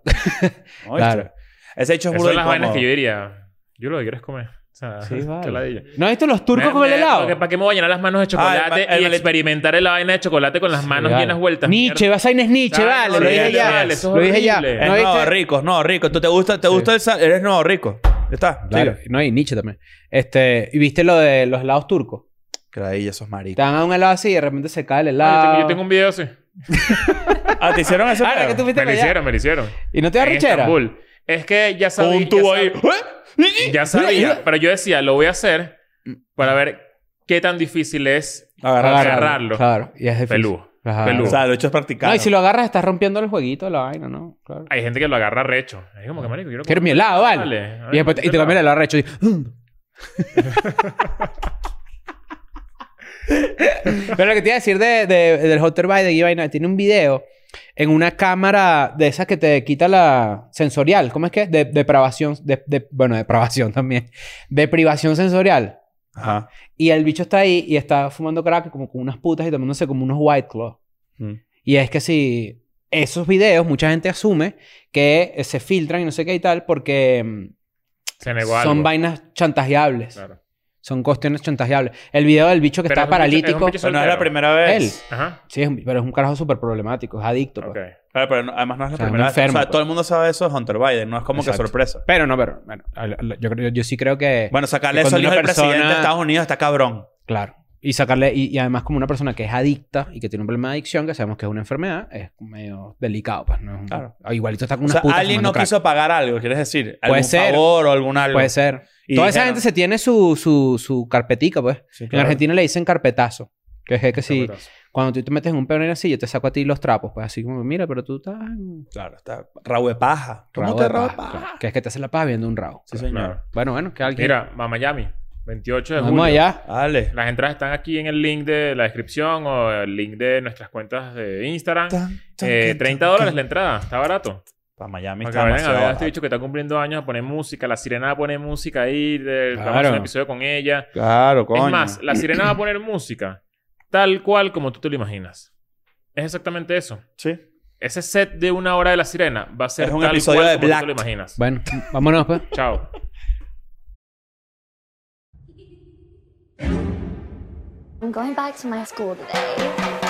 Speaker 3: No,
Speaker 1: Claro.
Speaker 3: bicho. Ese hecho es
Speaker 2: Esas
Speaker 3: burda
Speaker 2: son las vainas
Speaker 3: incómodo.
Speaker 2: que yo diría. Yo lo que quiero es comer. O sea,
Speaker 1: Sí,
Speaker 2: *laughs* qué
Speaker 1: vale.
Speaker 2: ladilla.
Speaker 1: ¿No has visto los turcos
Speaker 2: Me-
Speaker 1: con el
Speaker 2: me-
Speaker 1: helado?
Speaker 2: porque ¿Para qué me voy a llenar las manos de chocolate
Speaker 3: Ah, el ma- el
Speaker 2: y
Speaker 3: malet-
Speaker 2: experimentar la vaina de chocolate con las manos
Speaker 1: Vale.
Speaker 2: llenas vueltas?
Speaker 1: Nietzsche, vas a es Nietzsche,
Speaker 2: Ay,
Speaker 1: vale.
Speaker 2: no,
Speaker 1: Lo dije
Speaker 3: horrible,
Speaker 1: ya.
Speaker 3: vale,
Speaker 2: eso es
Speaker 1: Lo dije ya.
Speaker 2: horrible.
Speaker 1: ¿No
Speaker 3: Es nuevo
Speaker 1: viste?
Speaker 3: rico, Eh, no rico. ¿Tú te gusta, te gusta el sal? Eres nuevo rico. Ya está.
Speaker 1: Claro,
Speaker 3: sigue.
Speaker 1: No, y Nietzsche también. Este, ¿y viste lo de los helados turcos?
Speaker 3: Craí, esos
Speaker 1: Te
Speaker 3: maricos.
Speaker 1: dan a un helado así y de repente se cae el
Speaker 2: Ah, yo
Speaker 1: helado.
Speaker 2: tengo- Yo tengo un video así.
Speaker 3: Ah, ¿te hicieron eso?
Speaker 1: Ah, ¿verdad que tú fuiste
Speaker 2: Me lo
Speaker 1: para allá?
Speaker 2: hicieron, me lo hicieron.
Speaker 1: ¿Y no te da
Speaker 2: en
Speaker 1: rechera?
Speaker 2: Estambul. Es que ya
Speaker 3: Con
Speaker 2: sabía.
Speaker 3: un tubo
Speaker 2: ya
Speaker 3: ahí. ¿Eh?
Speaker 2: sab- Ya sabía. pero yo decía, lo voy a hacer
Speaker 1: Mm.
Speaker 2: para ver qué tan difícil es
Speaker 3: Agarrar.
Speaker 2: agarrarlo.
Speaker 1: Claro. Y es difícil.
Speaker 2: Pelú.
Speaker 1: Ajá.
Speaker 2: Pelú.
Speaker 3: O sea, lo hecho es practicar.
Speaker 1: No, y si lo agarras estás rompiendo el jueguito, la vaina, ¿no? Claro.
Speaker 2: Hay gente que lo agarra recho. Es como que, marico, quiero...
Speaker 1: Quiero
Speaker 2: comer-
Speaker 1: mi helado, vale.
Speaker 2: Vale.
Speaker 1: Y, después te, y te cambian el helado recho. y- Pero lo que te iba a decir de, de- del Hotter by de Vaina, tiene un video en una cámara de esas que te quita la sensorial. ¿Cómo es que? es? De, depravación. de- de- bueno, depravación *laughs* también. De privación sensorial.
Speaker 3: Ajá.
Speaker 1: Y el bicho está ahí y está fumando crack como con unas putas y tomándose como unos white claws.
Speaker 3: Mm.
Speaker 1: Y es que si esos videos, mucha gente asume que eh, se filtran y no sé qué y tal porque mm,
Speaker 2: Se negó
Speaker 1: son
Speaker 2: algo.
Speaker 1: vainas chantajeables.
Speaker 2: Claro.
Speaker 1: O Son cuestiones chantajeables. El video del bicho que
Speaker 2: Pero
Speaker 1: estaba
Speaker 2: es un bicho- es un
Speaker 1: paralítico.
Speaker 2: bicho
Speaker 3: Pero no es la
Speaker 2: soltero.
Speaker 3: primera vez.
Speaker 2: Ajá.
Speaker 1: Sí, es un- pero es un carajo súper problemático, es adicto. pues.
Speaker 2: Ok.
Speaker 3: Claro, pero no- además no es la
Speaker 1: O sea, un
Speaker 3: primera vez.
Speaker 1: enfermo,
Speaker 3: o sea,
Speaker 1: pues.
Speaker 3: todo el mundo sabe eso de Hunter Biden. No es como
Speaker 1: Exacto.
Speaker 3: que sorpresa.
Speaker 1: Pero no, pero bueno, al- al- yo, creo- yo sí creo que.
Speaker 3: Bueno,
Speaker 1: Y
Speaker 3: sacarle eso
Speaker 1: cuando
Speaker 3: al hijo
Speaker 1: una
Speaker 3: del presidente de
Speaker 1: persona-
Speaker 3: Estados Unidos está cabrón.
Speaker 1: Claro. Y sacarle, y, y además, como una persona que es adicta y que tiene un problema de adicción, que sabemos que es una enfermedad, es medio delicado, pues. ¿no? es un-
Speaker 3: Claro.
Speaker 1: Igualito está con
Speaker 3: O
Speaker 1: unas
Speaker 3: sea,
Speaker 1: putas
Speaker 3: alguien
Speaker 1: fumando
Speaker 3: no
Speaker 1: crack.
Speaker 3: quiso pagar algo, quieres decir. Algún
Speaker 1: Puede ser.
Speaker 3: favor o algún algo.
Speaker 1: Puede ser.
Speaker 3: Y
Speaker 1: Toda esa
Speaker 3: dijeron-
Speaker 1: gente se tiene su, su, su carpetica, pues.
Speaker 3: Sí,
Speaker 1: En
Speaker 3: claro.
Speaker 1: Argentina le dicen carpetazo. Que es que si
Speaker 2: Capatazo.
Speaker 1: cuando tú te metes en un peón así, yo te saco a ti los trapos. Pues así como, mira, pero tú estás... en
Speaker 3: Claro, está rabo de paja. ¿Cómo
Speaker 1: rabo
Speaker 3: te
Speaker 1: de
Speaker 3: rabo de
Speaker 1: paja,
Speaker 3: paja?
Speaker 1: claro. Que es que te hace la paz viendo un rabo.
Speaker 3: Sí, señor.
Speaker 2: Claro.
Speaker 1: Bueno, bueno, que alguien...
Speaker 2: Mira, va a Miami. 28 de
Speaker 1: Nos
Speaker 2: julio.
Speaker 1: vamos allá.
Speaker 3: Dale.
Speaker 2: Las entradas están aquí en el link de la descripción o el link de nuestras cuentas de Instagram. Eh, 30 dólares la entrada, está barato.
Speaker 3: Para Miami
Speaker 2: Para
Speaker 3: está
Speaker 2: que vayan a
Speaker 3: demasiado
Speaker 2: ver a este
Speaker 3: barato.
Speaker 2: bicho que está cumpliendo años a poner música. La sirena va a poner música ahí. de- Vamos a hacer
Speaker 1: Claro.
Speaker 2: un episodio con ella.
Speaker 3: Claro, coño.
Speaker 2: Es más, la sirena va a poner música tal cual como tú te lo imaginas. Es exactamente eso.
Speaker 3: Sí.
Speaker 2: Ese set de una hora de la sirena va a ser
Speaker 3: Es un
Speaker 2: tal
Speaker 3: episodio
Speaker 2: cual como tú
Speaker 3: de
Speaker 2: te lo
Speaker 3: Black.
Speaker 2: imaginas.
Speaker 1: Bueno, vámonos, pues.
Speaker 2: Chao.
Speaker 6: I'm going back to my school today.